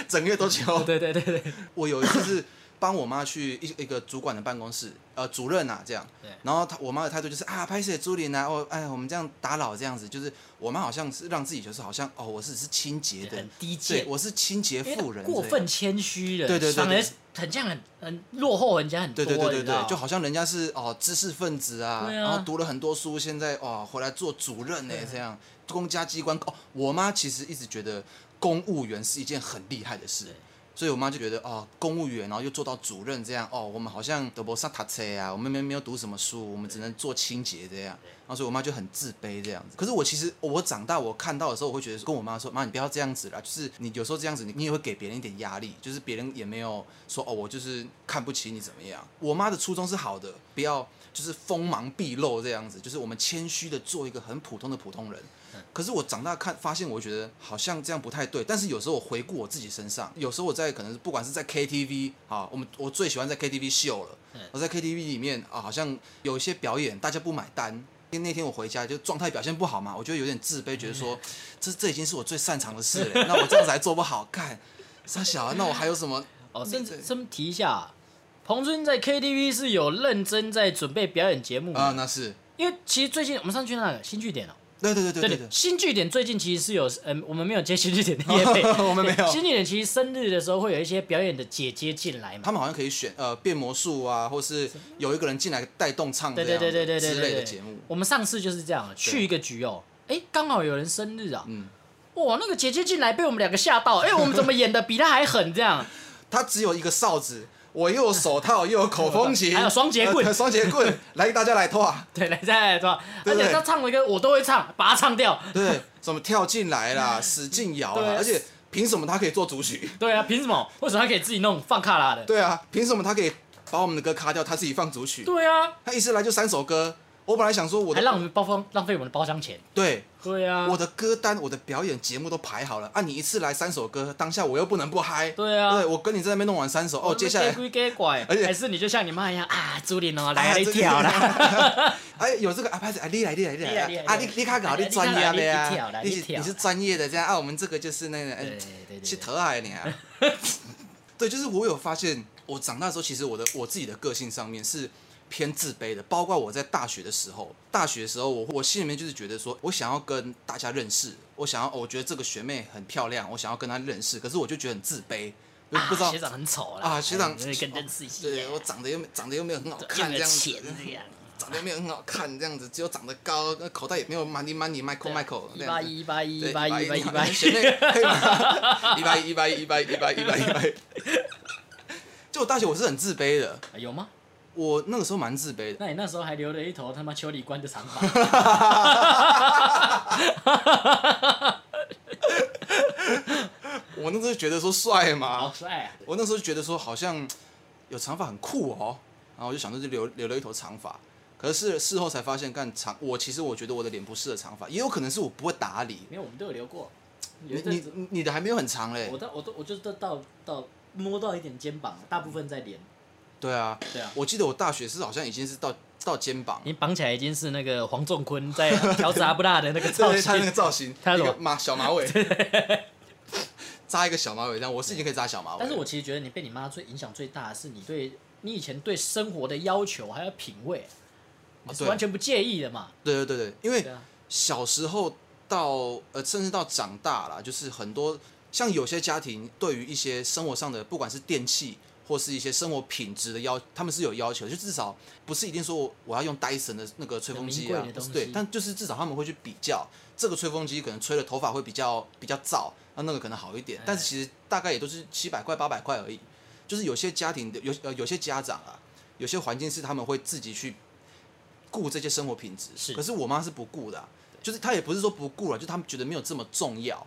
Speaker 2: 整个月都秋。
Speaker 1: 对对对对，
Speaker 2: 我有一次是帮我妈去一一个主管的办公室，呃，主任啊这样
Speaker 1: 对。
Speaker 2: 然后他我妈的态度就是啊，拍摄朱琳啊，哦，哎，我们这样打扰这样子，就是我妈好像是让自己就是好像哦，我是是清洁的
Speaker 1: 很，低
Speaker 2: 对
Speaker 1: 贱，
Speaker 2: 我是清洁
Speaker 1: 因为
Speaker 2: 妇人，
Speaker 1: 过分。谦虚了，
Speaker 2: 对对对
Speaker 1: 反而
Speaker 2: 对
Speaker 1: 很像很很落后人家很多，
Speaker 2: 对对对
Speaker 1: 你
Speaker 2: 对
Speaker 1: 知道
Speaker 2: 对，就好像人家是哦知识分子啊，
Speaker 1: 对啊
Speaker 2: 然后读了很多书，现在哦回来做主任呢、这样公家机关哦，我妈其实一直觉得公务员是一件很厉害的事
Speaker 1: 对，
Speaker 2: 所以我妈就觉得哦公务员，然后又做到主任这样哦，我们好像都不上塔车啊，我们没没有读什么书，我们只能做清洁这样，然后所以我妈就很自卑这样子。可是我其实我长大我看到的时候，我会觉得跟我妈说，妈你不要这样子啦，就是你有时候这样子，你你也会给别人一点压力，就是别人也没有说哦我就是看不起你怎么样。我妈的初衷是好的，不要就是锋芒毕露这样子，就是我们谦虚的做一个很普通的普通人。可是我长大看发现，我觉得好像这样不太对。但是有时候我回顾我自己身上，有时候我在可能是不管是在 KTV 啊，我们我最喜欢在 KTV 秀了
Speaker 1: 嗯。
Speaker 2: 我在 KTV 里面啊，好像有一些表演大家不买单。因为那天我回家就状态表现不好嘛，我觉得有点自卑，觉得
Speaker 1: 嗯
Speaker 2: 说这这已经是我最擅长的事了，那 我这样子还做不好，看傻小啊，那我还有什么？
Speaker 1: 哦，甚至
Speaker 2: 对
Speaker 1: 先提一下，彭尊在 KTV 是有认真在准备表演节目
Speaker 2: 啊、
Speaker 1: 的，
Speaker 2: 那是，
Speaker 1: 因为其实最近我们上去那个新据点哦，
Speaker 2: 对对对对对对，
Speaker 1: 新据点最近其实是有，嗯，我们没有接新据 点的业配，
Speaker 2: 我们没有
Speaker 1: 新据点其实生日的时候会有一些表演的姐姐进来嘛，
Speaker 2: 他们好像可以选呃变魔术啊，或是有一个人进来带动唱这
Speaker 1: 对对
Speaker 2: 样
Speaker 1: 对对对对
Speaker 2: 啊之
Speaker 1: 对
Speaker 2: 类的
Speaker 1: 对，
Speaker 2: 节目。
Speaker 1: 我们上次就是这样，去一个局哦，哎，刚好有人生日啊，
Speaker 2: 嗯
Speaker 1: 哇，那个姐姐进来被我们两个吓到， 哎，我们怎么演的比她还狠这样？
Speaker 2: 他只有一个哨子，我又有手套，又有口风琴，
Speaker 1: 还有双节棍
Speaker 2: 呃双节 棍，来大家来拖啊！
Speaker 1: 对，来再来是吧？
Speaker 2: 对
Speaker 1: 而
Speaker 2: 对
Speaker 1: 且她唱了一个我都会唱，把她唱掉。
Speaker 2: 对，什么跳进来 啦，使劲摇
Speaker 1: 对
Speaker 2: 啦，而且凭什么他可以做主曲？
Speaker 1: 对啊，凭什么？为什么她可以自己弄放卡拉的？
Speaker 2: 对啊，凭什么他可以把我们的歌卡掉，他自己放主曲？
Speaker 1: 对啊，
Speaker 2: 他一次来就三首歌，我本来想说我
Speaker 1: 还
Speaker 2: 的
Speaker 1: 让我们包方浪费我们的包厢钱。
Speaker 2: 对
Speaker 1: 对啊，
Speaker 2: 我的歌单、我的表演节目都排好了啊，你一次来三首歌，当下我又不能不嗨。
Speaker 1: 对啊
Speaker 2: 对我跟你在那边弄完三首，哦，接下来
Speaker 1: 归给拐，
Speaker 2: 而且
Speaker 1: 还是你就像你妈一样啊，朱琳哦，
Speaker 2: 哎呀
Speaker 1: 来一
Speaker 2: 这个
Speaker 1: 跳 啦，
Speaker 2: 哎，有这个啊，拍子，哎，你来，你来，你
Speaker 1: 你来你
Speaker 2: 来
Speaker 1: 来，
Speaker 2: 啊，你你看搞，
Speaker 1: 你
Speaker 2: 你专业的
Speaker 1: 你跳
Speaker 2: 呀
Speaker 1: 啦，
Speaker 2: 你
Speaker 1: 你
Speaker 2: 是
Speaker 1: 跳
Speaker 2: 你是专业的这样啊，我们这个就是那
Speaker 1: 对
Speaker 2: 个，嗯
Speaker 1: 对对对
Speaker 2: 去投海你啊。对，就是我有发现，我长大之后，其实我的我自己的个性上面是偏自卑的，包括我在大学的时候，大学的时候我我心里面就是觉得说，我想要跟大家认识，我想要、哦我觉得这个学妹很漂亮，我想要跟她认识，可是我就觉得很自卑，就不知道
Speaker 1: 啊、学长很丑啦，
Speaker 2: 啊学长
Speaker 1: 哎你会跟认识一下，
Speaker 2: 对我长得又长得又没有很好
Speaker 1: 又
Speaker 2: 看
Speaker 1: 没有
Speaker 2: 这样子
Speaker 1: 钱，这样，
Speaker 2: 长得又没有很好看这样子，只有长得高，那口袋也没有 money money Michael Michael
Speaker 1: 一八
Speaker 2: 那样子。
Speaker 1: 啊一一八一
Speaker 2: 对
Speaker 1: 一八一一八一一八 一，
Speaker 2: 学妹可以吗？一八一一八一一八一一八一一八一八一。 就我大学我是很自卑的，
Speaker 1: 啊有吗？
Speaker 2: 我那个时候蛮自卑的。
Speaker 1: 那你那时候还留了一头他妈秋里关的长 发，
Speaker 2: 我那时候觉得说帅嘛
Speaker 1: 好，帅啊！
Speaker 2: 我那时候觉得说好像有长发很酷哦，然后我就想着就留留了一头长发。可是事后才发现，干长我其实我觉得我的脸不适合长发，也有可能是我不会打理。
Speaker 1: 没有，我们都有留过，有
Speaker 2: 你
Speaker 1: 一阵子
Speaker 2: 你你的还没有很长嘞
Speaker 1: 我，到我都我就都到到摸到一点肩膀，大部分在脸，
Speaker 2: 对啊，
Speaker 1: 对啊。
Speaker 2: 我记得我大学是好像已经是到到肩膀了，
Speaker 1: 你绑起来已经是那个黄仲坤在调子阿布拉的那个造
Speaker 2: 对他那
Speaker 1: 型
Speaker 2: 个，造型，
Speaker 1: 他
Speaker 2: 一
Speaker 1: 什么
Speaker 2: 个马小 马尾，扎一个小马尾，这样我是已经可以扎小马尾了，
Speaker 1: 但是我其实觉得你被你妈最影响最大的是你对你以前对生活的要求还有品味，你是
Speaker 2: 对
Speaker 1: 完全不介意的嘛？
Speaker 2: 对对对对，因为
Speaker 1: 对啊，
Speaker 2: 小时候到呃，甚至到长大啦，就是很多像有些家庭对于一些生活上的，不管是电器或是一些生活品质的要，他们是有要求，就至少不是一定说我我要用 Dyson 的那个吹风机啊
Speaker 1: 很名贵的东，西
Speaker 2: 对，但就是至少他们会去比较这个吹风机可能吹的头发会比较比较燥，那那个可能好一点
Speaker 1: 哎，
Speaker 2: 但是其实大概也都是七百块八百块而已，就是有些家庭的有呃有些家长啊，有些环境是他们会自己去顾这些生活品质，
Speaker 1: 是
Speaker 2: 可是我妈是不顾的啊、就是她也不是说不顾了，啊就是他们觉得没有这么重要，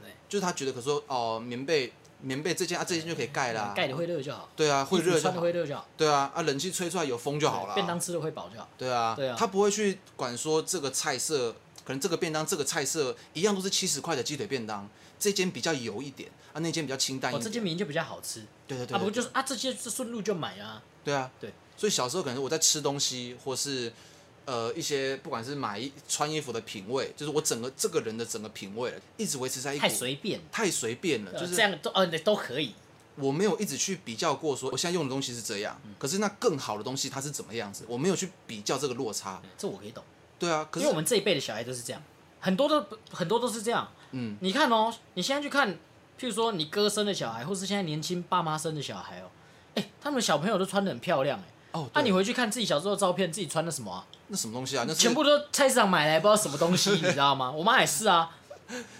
Speaker 1: 对，
Speaker 2: 就是她觉得可说哦、棉被棉被这件啊这件就可以盖啦，
Speaker 1: 盖的会热就好，
Speaker 2: 对啊会
Speaker 1: 衣
Speaker 2: 热
Speaker 1: 服
Speaker 2: 就
Speaker 1: 穿的
Speaker 2: 好，
Speaker 1: 会热就好，
Speaker 2: 对啊啊冷气吹出来有风就好
Speaker 1: 对
Speaker 2: 了，
Speaker 1: 便当吃的会饱就好。
Speaker 2: 对啊，
Speaker 1: 对啊
Speaker 2: 她不会去管说这个菜色，可能这个便当这个菜色一样都是七十块的鸡腿便当，这间比较油一点啊那间比较清淡一
Speaker 1: 哦，
Speaker 2: 点，
Speaker 1: 这件明明就比较好吃，
Speaker 2: 对对对
Speaker 1: 啊，不过
Speaker 2: 对
Speaker 1: 就是啊，这些是顺路就买啊，
Speaker 2: 对啊，
Speaker 1: 对。
Speaker 2: 所以小时候可能我在吃东西，或是呃一些不管是买衣穿衣服的品味，就是我整个这个人的整个品味了，一直维持在一股
Speaker 1: 太随便，
Speaker 2: 太随便了，
Speaker 1: 呃
Speaker 2: 哎就是
Speaker 1: 这样都哦，你都可以，
Speaker 2: 我没有一直去比较过说我现在用的东西是这样，
Speaker 1: 嗯
Speaker 2: 可是那更好的东西它是怎么样子，我没有去比较这个落差。
Speaker 1: 这我可以懂，
Speaker 2: 对啊，
Speaker 1: 嗯
Speaker 2: 可
Speaker 1: 因
Speaker 2: 是
Speaker 1: 为我们这一辈的小孩都是这样，很多都很多都是这样。
Speaker 2: 嗯，
Speaker 1: 你看哦，你现在去看，譬如说你哥生的小孩，或是现在年轻爸妈生的小孩哦，哎、他们小朋友都穿的很漂亮哎、
Speaker 2: 哦，
Speaker 1: 那、
Speaker 2: 对
Speaker 1: 你回去看自己小时候的照片，自己穿的什么啊？
Speaker 2: 那什么东西啊？那是
Speaker 1: 全部都菜市场买来，不知道什么 东西，你知道吗？我妈也是啊，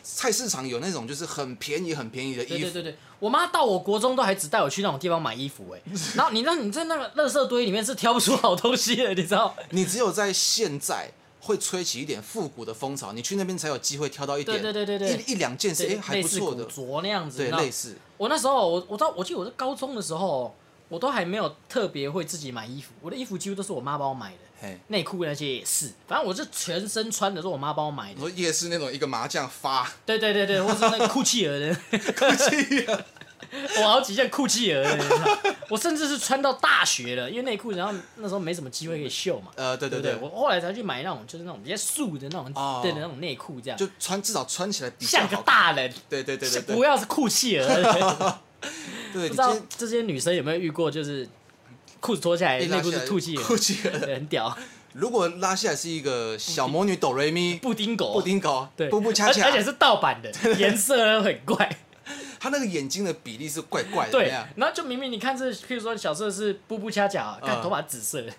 Speaker 2: 菜市场有那种就是很便宜很便宜的
Speaker 1: 对
Speaker 2: 衣
Speaker 1: 对
Speaker 2: 服，
Speaker 1: 对对，我妈到我国中都还只带我去那种地方买衣服 哎、然后你让你在那个垃圾堆里面是挑不出好东西的，你知道？
Speaker 2: 你只有在现在会吹起一点复古的风潮，你去那边才有机会挑到一点，
Speaker 1: 对对对对对
Speaker 2: 一一两件 是哎、
Speaker 1: 对
Speaker 2: 还不错的
Speaker 1: 类，似古着那样子，
Speaker 2: 对，
Speaker 1: 你知道
Speaker 2: 类似。
Speaker 1: 我那时候，我我到我记得我在高中的时候，我都还没有特别会自己买衣服，我的衣服几乎都是我妈帮我买的，
Speaker 2: 嘿，
Speaker 1: 内裤那些也是，反正我是全身穿的都是我妈帮我买
Speaker 2: 你
Speaker 1: 的。
Speaker 2: 说夜市那种一个麻将发
Speaker 1: 对对对对，或是那个酷气儿的，
Speaker 2: 哭泣啊，
Speaker 1: 我好几件酷气儿的，你知道我甚至是穿到大学了，因为内裤，然后那时候没什么机会可以秀嘛。
Speaker 2: 呃，对
Speaker 1: 对
Speaker 2: 对
Speaker 1: 不对
Speaker 2: 对，
Speaker 1: 我后来才去买那种就是那种比较素的那种
Speaker 2: 哦
Speaker 1: 对的那种内裤，这样
Speaker 2: 就穿至少穿起来比较
Speaker 1: 像
Speaker 2: 好
Speaker 1: 个
Speaker 2: 看，
Speaker 1: 大人，
Speaker 2: 对对对对
Speaker 1: 不
Speaker 2: 对，
Speaker 1: 要是酷气儿 的。不
Speaker 2: 对，你
Speaker 1: 知
Speaker 2: 今
Speaker 1: 道
Speaker 2: 天
Speaker 1: 这些女生有没有遇过，就是裤子脱下来，
Speaker 2: 一
Speaker 1: 内
Speaker 2: 哎拉
Speaker 1: 裤
Speaker 2: 下
Speaker 1: 哎是
Speaker 2: 来
Speaker 1: 吐气
Speaker 2: 哭
Speaker 1: 儿，
Speaker 2: 泣了。
Speaker 1: 对很屌，
Speaker 2: 如果拉下来是一个小魔女哆瑞咪
Speaker 1: 布丁狗，
Speaker 2: 布丁狗，
Speaker 1: 对，
Speaker 2: 步步恰恰
Speaker 1: 而，而且是盗版 的，颜色很怪，
Speaker 2: 他那个眼睛的比例是怪怪的，
Speaker 1: 对
Speaker 2: 那样，
Speaker 1: 然后就明明你看这，譬如说小时候是布布恰恰，看
Speaker 2: 嗯
Speaker 1: 头发紫色的，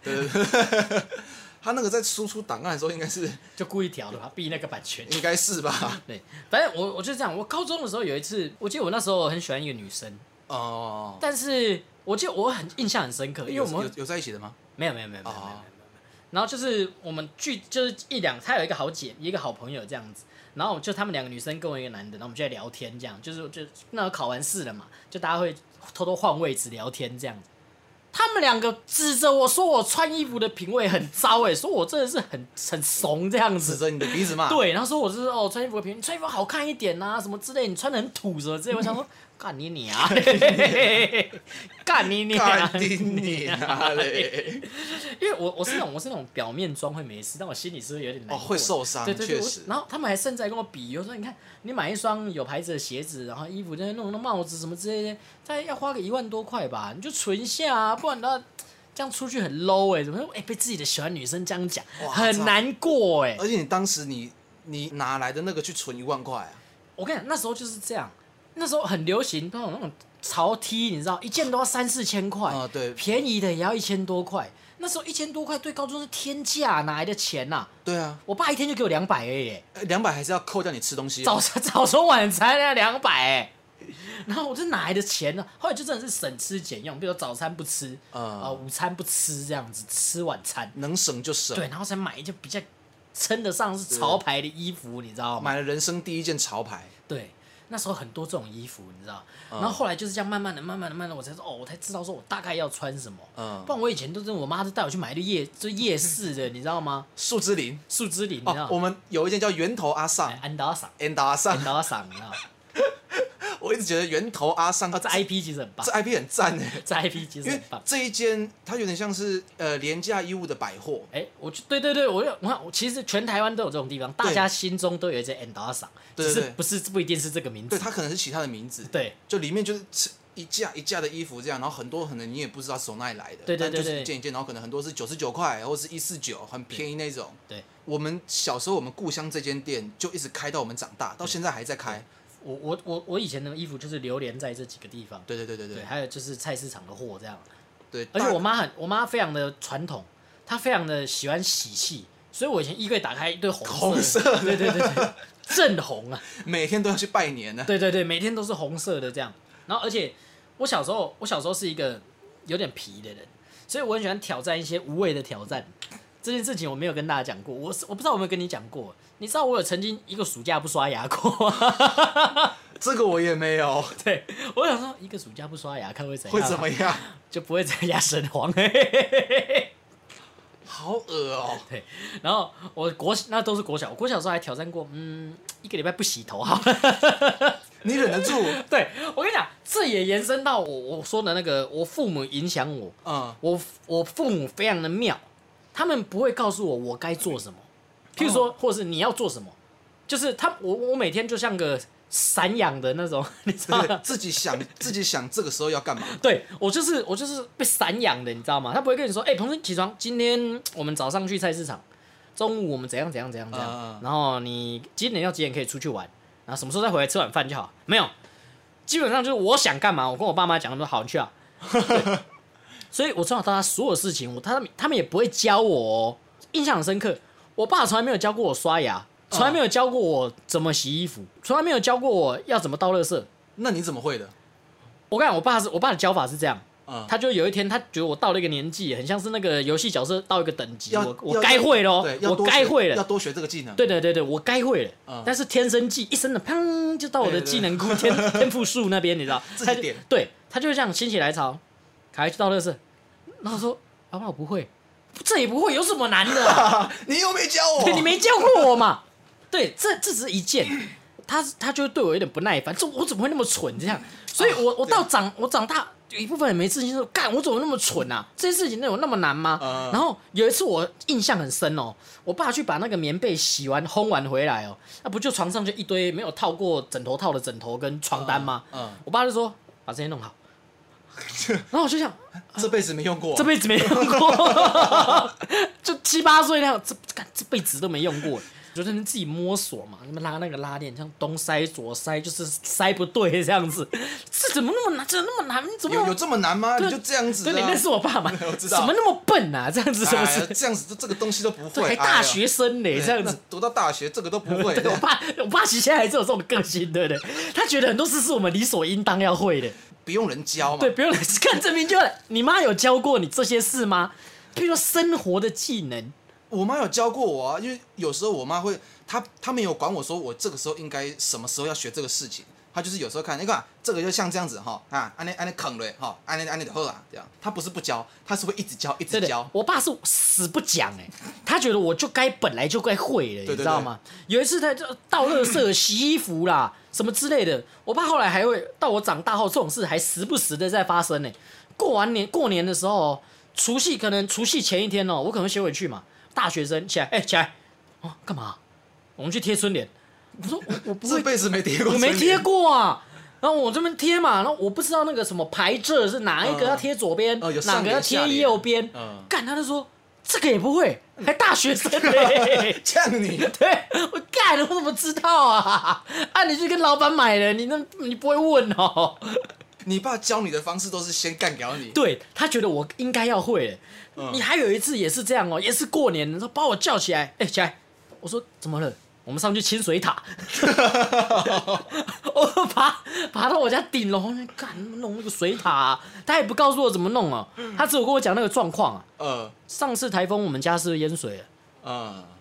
Speaker 2: 他那个在输出档案的时候应该是
Speaker 1: 就故意调的吧，避那个版权。
Speaker 2: 应该是 吧？
Speaker 1: 对，反正我我就这样。我高中的时候有一次，我记得我那时候很喜欢一个女生，
Speaker 2: 哦，
Speaker 1: 但是我记得我很印象很深刻，因为我
Speaker 2: 有
Speaker 1: 们会
Speaker 2: 有有在一起的吗？
Speaker 1: 没有没有没有没有没有没有没有没有
Speaker 2: 哦。
Speaker 1: 然后就是我们聚，就是一两，她有一个好姐，一个好朋友这样子。然后就他们两个女生跟我一个男的，然后我们就在聊天，这样就是就那考完试了嘛，就大家会偷偷换位置聊天这样子。他们两个指着我说我穿衣服的品味很糟哎、说我真的是很很怂这样
Speaker 2: 指
Speaker 1: 子。
Speaker 2: 着你的鼻子骂，
Speaker 1: 啊对，然后说我就是哦穿衣服的品味，你穿衣服好看一点呐、什么之类，你穿的很土什么之类。我想说干你 你啊！干你你啊！
Speaker 2: 干你你啊嘞！
Speaker 1: 因为我我是那种我是那种表面装会没事，但我心里是不是有点难
Speaker 2: 哦，
Speaker 1: 过
Speaker 2: 会受伤，
Speaker 1: 对对对，
Speaker 2: 确
Speaker 1: 我
Speaker 2: 实。
Speaker 1: 然后他们还甚至还跟我比，我说你看，你买一双有牌子的鞋子，然后衣服，那弄弄帽子什么之类的，大概要花个一万多块吧，你就存一下啊，不然的话这样出去很 low 哎、怎么哎、被自己的喜欢女生这样讲，
Speaker 2: 哇
Speaker 1: 很难过哎、
Speaker 2: 而且你当时你你哪来的那个去存一万块啊？
Speaker 1: 我跟你讲，那时候就是这样，那时候很流行那种那种潮 T，你知道，一件都要三四千块，
Speaker 2: 啊，对
Speaker 1: 便宜的也要一千多块。那时候一千多块对高中是天价，哪来的钱呐、
Speaker 2: 对啊，
Speaker 1: 我爸一天就给我两百而已、
Speaker 2: 呃两百还是要扣掉你吃东西啊。
Speaker 1: 早上 早中晚餐要两百哎，然后我这哪来的钱呢、后来就真的是省吃俭用，比如早餐不吃，啊、
Speaker 2: 嗯
Speaker 1: 午餐不吃这样子，吃晚餐，
Speaker 2: 能省就省。
Speaker 1: 对，然后才买一件比较称得上是潮牌的衣服，你知道吗？
Speaker 2: 买了人生第一件潮牌，
Speaker 1: 对，那时候很多这种衣服，你知道，
Speaker 2: 嗯
Speaker 1: 然后后来就是这样慢慢的、慢慢的、慢慢的，我才说哦，我才知道说我大概要穿什么。
Speaker 2: 嗯
Speaker 1: 不，然我以前都是我妈都带我去买一个夜就夜市的，你知道吗？
Speaker 2: 树枝林
Speaker 1: 树枝林，你知
Speaker 2: 哦
Speaker 1: 道，
Speaker 2: 我
Speaker 1: 吗？
Speaker 2: 们有一件叫源头阿尚
Speaker 1: 哎安达赏，
Speaker 2: ，and 阿尚
Speaker 1: 安，达赏，你知道吗，
Speaker 2: 我一直觉得源头阿尚
Speaker 1: 哦这 IP 其实很棒
Speaker 2: 这，IP 很赞哎，
Speaker 1: 这 IP 其实
Speaker 2: 因
Speaker 1: 很
Speaker 2: 为
Speaker 1: 棒。
Speaker 2: 这一间它有点像是呃廉价衣物的百货，
Speaker 1: 哎、我就对对对，我就我看，我其实全台湾都有这种地方，大家心中都有一只 Andar 赏，
Speaker 2: 对
Speaker 1: 只
Speaker 2: 对
Speaker 1: 是
Speaker 2: 对
Speaker 1: 不是不一定是这个名
Speaker 2: 对，
Speaker 1: 字。
Speaker 2: 它可能是其他的名字，
Speaker 1: 对
Speaker 2: 就里面就是吃一架一架的衣服这样，然后很多可能你也不知道是从哪里来的，
Speaker 1: 对对对
Speaker 2: 但就是
Speaker 1: 对
Speaker 2: 一件一件，然后可能很多是九十九块或是一四九，很便宜那种。
Speaker 1: 对，
Speaker 2: 我们小时候我们故乡这间店就一直开到我们长大，到现在还在开。
Speaker 1: 我我我我以前的衣服就是流连在这几个地方，
Speaker 2: 对对对对
Speaker 1: 对，
Speaker 2: 对
Speaker 1: 还有就是菜市场的货这样。
Speaker 2: 对，
Speaker 1: 而且
Speaker 2: 大
Speaker 1: 我妈很，我妈非常的传统，她非常的喜欢喜气，所以我以前衣柜打开一堆红
Speaker 2: 红
Speaker 1: 色的，对对对 对，正红啊，
Speaker 2: 每天都要去拜年呢。
Speaker 1: 对对对，每天都是红色的这样。然后而且我小时候，我小时候是一个有点皮的人，所以我很喜欢挑战一些无谓的挑战。这件事情我没有跟大家讲过，我是我不知道我有没有跟你讲过。你知道我有曾经一个暑假不刷牙过，
Speaker 2: 这个我也没有，
Speaker 1: 对我想说一个暑假不刷牙看会怎样，啊
Speaker 2: 会怎么样？
Speaker 1: 就不会在牙神黄。欸
Speaker 2: 好恶哦、
Speaker 1: 对，然后我国那都是国小，我国小的时候还挑战过，嗯，一个礼拜不洗头好了。
Speaker 2: 你忍得住？
Speaker 1: 对我跟你讲，这也延伸到我我说的那个，我父母影响我，
Speaker 2: 嗯，
Speaker 1: 我我父母非常的妙，他们不会告诉我我该做什么，譬如说，或者是你要做什么，就是他我我每天就像个散养的那种，你知道
Speaker 2: 对
Speaker 1: 吗，？
Speaker 2: 自己想自己想这个时候要干嘛？
Speaker 1: 对我就是我就是被散养的，你知道吗？他不会跟你说，哎、彭生起床，今天我们早上去菜市场，中午我们怎样怎样怎样怎样，
Speaker 2: 嗯嗯
Speaker 1: 然后你今年要几点可以出去玩，然后什么时候再回来吃晚饭就好。没有，基本上就是我想干嘛，我跟我爸妈讲，他们说好，你去啊。对所以我从小到大所有事情，我他们他们也不会教我、哦，印象很深刻。我爸从来没有教过我刷牙，从来没有教过我怎么洗衣服，从来没有教过我要怎么倒垃圾。
Speaker 2: 那你怎么会的？
Speaker 1: 我跟你讲，我爸是我爸的教法是这样，
Speaker 2: 嗯，
Speaker 1: 他就有一天，他觉得我到了一个年纪，很像是那个游戏角色到一个等级，
Speaker 2: 要
Speaker 1: 我我
Speaker 2: 要
Speaker 1: 该会了哦
Speaker 2: 对，，要
Speaker 1: 我
Speaker 2: 多
Speaker 1: 该
Speaker 2: 学
Speaker 1: 会
Speaker 2: 要
Speaker 1: 了，
Speaker 2: 多学这个技能。
Speaker 1: 对对对对，我该会了。
Speaker 2: 嗯
Speaker 1: 但是天生技一生的，砰就到我的
Speaker 2: 对对对
Speaker 1: 技能库天天赋树那边，你知道？
Speaker 2: 自己
Speaker 1: 他就
Speaker 2: 点
Speaker 1: 对，他就这样心血来潮，凯去倒乐色，然后说：“爸爸，我不会，这也不会，有什么难的、啊？
Speaker 2: 你又没教我，
Speaker 1: 对你没教过我嘛？哦 对，这这只是一件。”他他就会对我有点不耐烦，这我怎么会那么蠢这样？所以我，我到长我长大有一部分人没自信，说干我怎么那么蠢啊？这件事情那有那么难吗？
Speaker 2: 嗯
Speaker 1: 然后有一次我印象很深哦，我爸去把那个棉被洗完烘完回来哦，那不就床上就一堆没有套过枕头套的枕头跟床单吗？
Speaker 2: 嗯嗯
Speaker 1: 我爸就说把这些 弄好，然后我就想
Speaker 2: 这辈子没用过，啊
Speaker 1: 这辈子没用过， 就七八岁那样，这干这辈子都没用过，就在那边自己摸索嘛，那么拉那个拉链，像东塞左塞，就是塞不对这样子，这怎么那么难？这那么难？你怎么
Speaker 2: 有有这么难吗？
Speaker 1: 对
Speaker 2: 你就这样子的
Speaker 1: 对，
Speaker 2: 啊，
Speaker 1: 你认识我爸吗？
Speaker 2: 我知道
Speaker 1: 怎么那么笨啊？这样子是不
Speaker 2: 哎呀哎
Speaker 1: 是？
Speaker 2: 这样子这这个东西都不
Speaker 1: 对，
Speaker 2: 会，
Speaker 1: 还大学生呢、
Speaker 2: 哎呀
Speaker 1: 这样子
Speaker 2: 那。读到大学这个都不 会，
Speaker 1: 对我爸，我爸其实现在还是有这种个性，对不对？他觉得很多事是我们理所应当要会的，
Speaker 2: 不用人教嘛。
Speaker 1: 对，不用来看证明就来。你妈有教过你这些事吗？譬如说生活的技能，
Speaker 2: 我妈有教过我啊，因为有时候我妈会，她她没有管我说我这个时候应该什么时候要学这个事情，他就是有时候看，你看这个就像这样子哈啊，按那按那啃了哈，按那按那的喝啊，这样他不是不教，他是会一直教一直
Speaker 1: 真的
Speaker 2: 教，，
Speaker 1: 我爸是死不讲哎、他觉得我就该本来就该会了，
Speaker 2: 对
Speaker 1: 你知道吗？有一次他就倒垃圾、洗衣服啦，什么之类的。我爸后来还会到我长大后，这种事还时不时的在发生呢、欸过完年过年的时候哦，除夕可能除夕前一天哦，我可能先回去嘛，大学生起来，哎、起来，哦，干嘛？我们去贴春联。我说我我不
Speaker 2: 这
Speaker 1: 会
Speaker 2: 辈子没贴过，
Speaker 1: 我没贴，过啊。然后我这边贴嘛，然后我不知道那个什么排这是哪一个
Speaker 2: 嗯
Speaker 1: 要贴左边，
Speaker 2: 哦有
Speaker 1: 哪
Speaker 2: 上
Speaker 1: 个
Speaker 2: 联
Speaker 1: 要
Speaker 2: 下
Speaker 1: 贴
Speaker 2: 联
Speaker 1: 右边。
Speaker 2: 嗯。
Speaker 1: 干，他就说这个也不会，还大学生嘞
Speaker 2: 像你
Speaker 1: 对，我干，我怎么知道啊？啊，你去跟老板买的，你那你不会问哦？
Speaker 2: 你爸教你的方式都是先干掉你，
Speaker 1: 对他觉得我应该要会了。你还有一次也是这样哦，也是过年，说把我叫起来，哎、起来，我说怎么了？我们上去清水 塔，我爬爬到我家顶楼，干弄那个水塔啊、他也不告诉我怎么弄啊，他只有跟我讲那个状况啊。
Speaker 2: 呃
Speaker 1: 上次台风我们家是淹水了，
Speaker 2: 嗯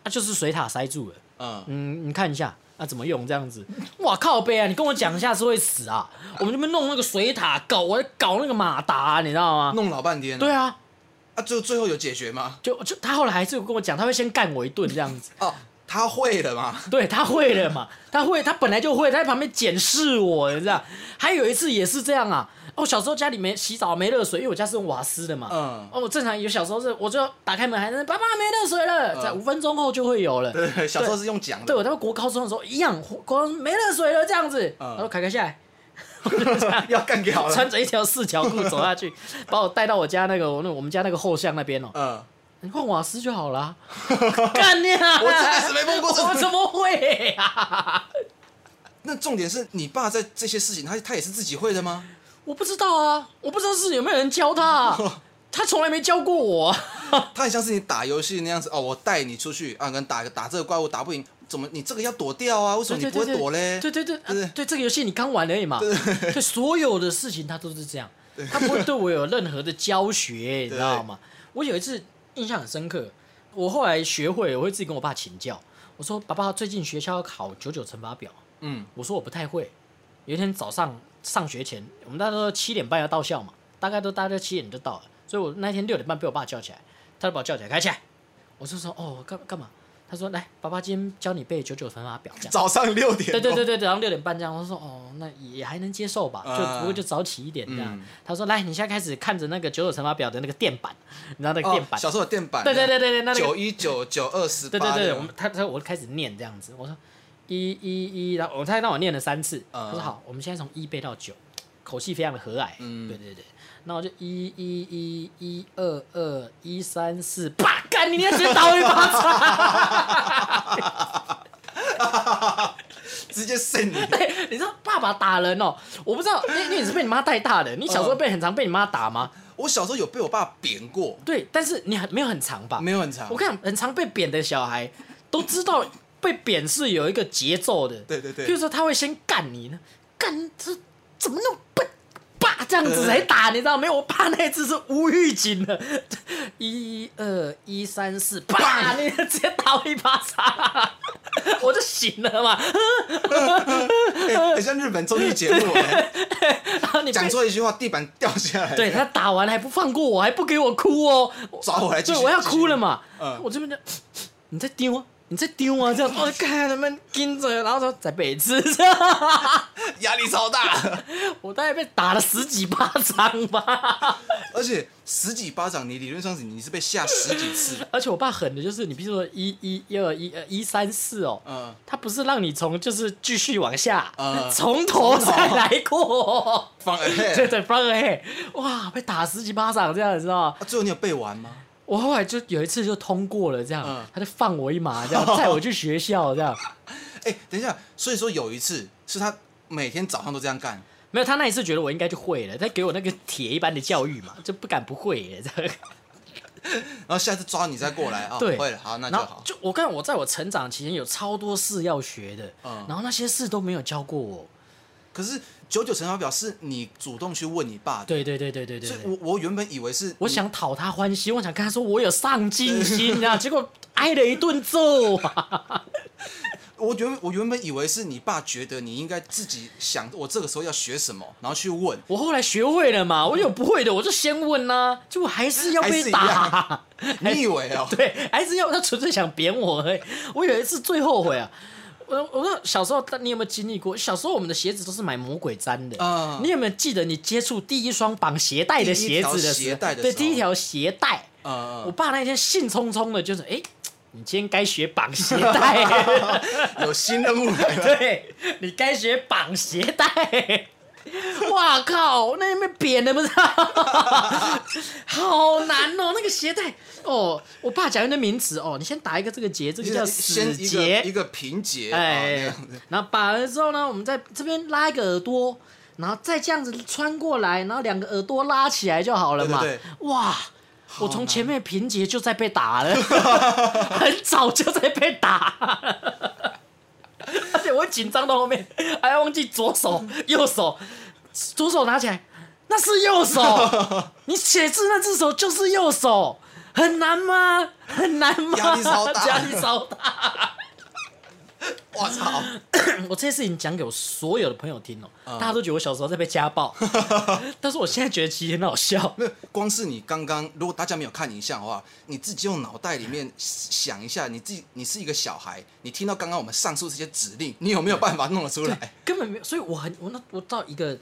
Speaker 1: 啊，就是水塔塞住了。
Speaker 2: 嗯，
Speaker 1: 嗯，你看一下啊，怎么用这样子？哇靠背啊！你跟我讲一下是会死啊！我们这边弄那个水塔，搞我在搞那个马达啊、你知道吗？
Speaker 2: 弄老半天，
Speaker 1: 对啊，
Speaker 2: 啊，最后最后有解决吗？
Speaker 1: 就就他后来还是有跟我讲，他会先干我一顿这样子。
Speaker 2: 哦，他会了嘛？
Speaker 1: 对他会了嘛，他会，他本来就会，他在旁边检视我，你知道？还有一次也是这样啊。哦，我小时候家里没洗澡没热水，因为我家是用瓦斯的嘛。
Speaker 2: 嗯
Speaker 1: 哦，我正常有小时候是，我就打开门还在那爸爸没热水了，在五分钟后就会有了。
Speaker 2: 嗯对，小时候是用讲
Speaker 1: 对，
Speaker 2: 的，
Speaker 1: 我到国高中的时候一样，国高中没热水了这样子，
Speaker 2: 嗯
Speaker 1: 然后凯凯下来，
Speaker 2: 要干掉了，
Speaker 1: 穿着一条四条裤走下去，把我带到我家那个我那我们家那个后巷那边哦，
Speaker 2: 嗯，
Speaker 1: 你换瓦斯就好 啦。干你啊！
Speaker 2: 我真的是没碰过这种
Speaker 1: 我 怎么会啊？
Speaker 2: 那重点是你爸在这些事情，他他也是自己会的吗？
Speaker 1: 我不知道啊，我不知道是有没有人教他、 啊，他从来没教过我啊、
Speaker 2: 他很像是你打游戏那样子哦，我带你出去啊，可能打个打这个怪物打不赢，怎么你这个要躲掉啊？为什么你不会躲嘞？
Speaker 1: 对对对，
Speaker 2: 对
Speaker 1: 啊对这个游戏你刚玩而已嘛。对，所有的事情他都是这样，他不会对我有任何的教 学，你知道吗？我有一次印象很深刻，我后来学会了，我会自己跟我爸请教。我说：“爸爸，最近学校要考九九乘法表。”
Speaker 2: 嗯，
Speaker 1: 我说我不太会。有一天早上上学前，我们大家都七点半要到校嘛，大概都大概七点就到了，所以我那天六点半被我爸叫起来，他就把我叫起来，开起来。我就说哦，干干嘛？他说来，爸爸今天教你背九九乘法表，这样。
Speaker 2: 早上六点
Speaker 1: 对
Speaker 2: 哦，
Speaker 1: 对对对，对然后六点半这样，我说哦，那也还能接受吧，
Speaker 2: 啊
Speaker 1: 就不过就早起一点这样
Speaker 2: 嗯。
Speaker 1: 他说来，你现在开始看着那个九九乘法表的那个垫板，你知道那个
Speaker 2: 哦，
Speaker 1: 垫板？
Speaker 2: 小时候有电板，
Speaker 1: 对对对对对，那那个
Speaker 2: 九一九九二十
Speaker 1: 对
Speaker 2: 八，
Speaker 1: 对对，
Speaker 2: 这
Speaker 1: 我
Speaker 2: 样
Speaker 1: 们他他我开始念这样子，我说一一一，然后我他让我念了三次，
Speaker 2: 嗯
Speaker 1: 他说好，我们现在从一背到九，口气非常的和蔼，
Speaker 2: 嗯
Speaker 1: 对对对，那我就一一一一二二一三四，啪，干你娘，直接打我一巴掌，
Speaker 2: 直接扇你，
Speaker 1: 对，你知道爸爸打人哦，我不知道，因为因为你是被你妈带大的，你小
Speaker 2: 嗯
Speaker 1: 时候被很常被你妈打吗？
Speaker 2: 我小时候有被我爸扁过，
Speaker 1: 对，但是你很没有很长吧？
Speaker 2: 没有很长
Speaker 1: 我，看很常被贬的小孩都知道被贬是有一个节奏的，
Speaker 2: 对对对
Speaker 1: 譬如说他会先干你呢，干这怎么那么笨，爸这样子才打，你知道没有？我爸那一次是无预警的， 一二一三四， 啪，你直接打我一巴掌， 我就醒了嘛。
Speaker 2: 哎很像日本综艺节目哎，
Speaker 1: 然后你被
Speaker 2: 讲错一句话，地板掉下来，
Speaker 1: 对他打完还不放过我，还不给我哭哦，
Speaker 2: 抓我来继
Speaker 1: 对
Speaker 2: 续，
Speaker 1: 我要哭了
Speaker 2: 嘛，
Speaker 1: 嘛，
Speaker 2: 嗯
Speaker 1: 我这边就你在丢啊，你在丢啊，这样我看他们盯着，然后说在北吃，
Speaker 2: 压力超大，
Speaker 1: 我大概被打了十几巴掌吧。
Speaker 2: 而且十几巴掌，你理论上是你是被吓十几次，
Speaker 1: 而且我爸狠的就是，你比如说一一一二一呃一三四哦，
Speaker 2: 嗯，
Speaker 1: 他不是让你从就是继续往下
Speaker 2: 嗯，
Speaker 1: 从头再来 过，
Speaker 2: 放
Speaker 1: 对对，放哎，哇，被打十几巴掌这样，你知哦道吗？
Speaker 2: 啊，最后你有背完吗？
Speaker 1: 我后来就有一次就通过了，这样，
Speaker 2: 嗯
Speaker 1: 他就放我一马， 这样载我去学校，这样。
Speaker 2: 哎、等一下，所以说有一次是他每天早上都这样干，
Speaker 1: 没有，他那一次觉得我应该就会了，他给我那个铁一般的教育嘛，就不敢不会耶这样。
Speaker 2: 然后下次抓你再过来啊、
Speaker 1: 对
Speaker 2: 会了，好，那就
Speaker 1: 然后
Speaker 2: 好。
Speaker 1: 就我看我在我成长期间有超多事要学的，
Speaker 2: 嗯
Speaker 1: 然后那些事都没有教过我。
Speaker 2: 可是九九乘法表是你主动去问你爸的，
Speaker 1: 对对对对对对
Speaker 2: 所以
Speaker 1: 对
Speaker 2: 我我原本以为是
Speaker 1: 我
Speaker 2: 你
Speaker 1: 想讨他欢心，我想跟他说 我有上进心啊，结果挨了一顿揍啊。
Speaker 2: 我我原我原本以为是你爸觉得你应该自己想，我这个时候要学什么，然后 去问。
Speaker 1: 我后来学会了嘛，我有不会的，我就先问呐、结果还是要
Speaker 2: 还
Speaker 1: 被
Speaker 2: 是一
Speaker 1: 打。
Speaker 2: 你以为哦、
Speaker 1: 哎 对，还是要他纯粹想扁我而已。我有一次最后悔啊，我我不知道小时候你有没有经历过？小时候我们的鞋子都是买魔鬼毡的，
Speaker 2: 嗯
Speaker 1: 你有没有记得你接触第一双绑鞋带的鞋子
Speaker 2: 第一条
Speaker 1: 的时
Speaker 2: 鞋
Speaker 1: 候？
Speaker 2: 带的
Speaker 1: 对，
Speaker 2: 时候
Speaker 1: 第一条鞋带。我
Speaker 2: 呃，
Speaker 1: 爸那天兴冲冲的，就是哎、诶你今天该学绑鞋 带，
Speaker 2: 有新任务来了。
Speaker 1: 对你该学绑鞋带。 哇靠！那有没有扁的 不知道，好难哦。那个鞋带哦，我爸讲一堆名词哦，你先打一个这个结，这个叫
Speaker 2: 先
Speaker 1: 死
Speaker 2: 一个一
Speaker 1: 结，
Speaker 2: 个平结，
Speaker 1: 哎
Speaker 2: 哎，，
Speaker 1: 然后把了之后呢，我们在这边拉一个耳朵，然后再这样子穿过来，然后两个耳朵拉起来就好了嘛。
Speaker 2: 对对
Speaker 1: 哇！我从前面平结就在被打了， 很早就在被打，而且我紧张到后面还要忘记左手、右手，左手拿起来那是右 手，你写字那只手就是右手，很难吗？很难吗？
Speaker 2: 压力超 大
Speaker 1: 压力超大。
Speaker 2: 我操，
Speaker 1: 嗯我这些事情讲给我所有的朋友听哦、
Speaker 2: 嗯
Speaker 1: 大家都觉得我小时候在被家 暴， 但是我现在觉得其实很好笑。
Speaker 2: 没有，光是你刚刚，如果大家没有看影像的话，你自己用脑袋里面想一下，你自己你是一个小孩，你听到刚刚我们上述这些指令，你有没有办法弄得出来？
Speaker 1: 根本没有，所以我很我那我到一个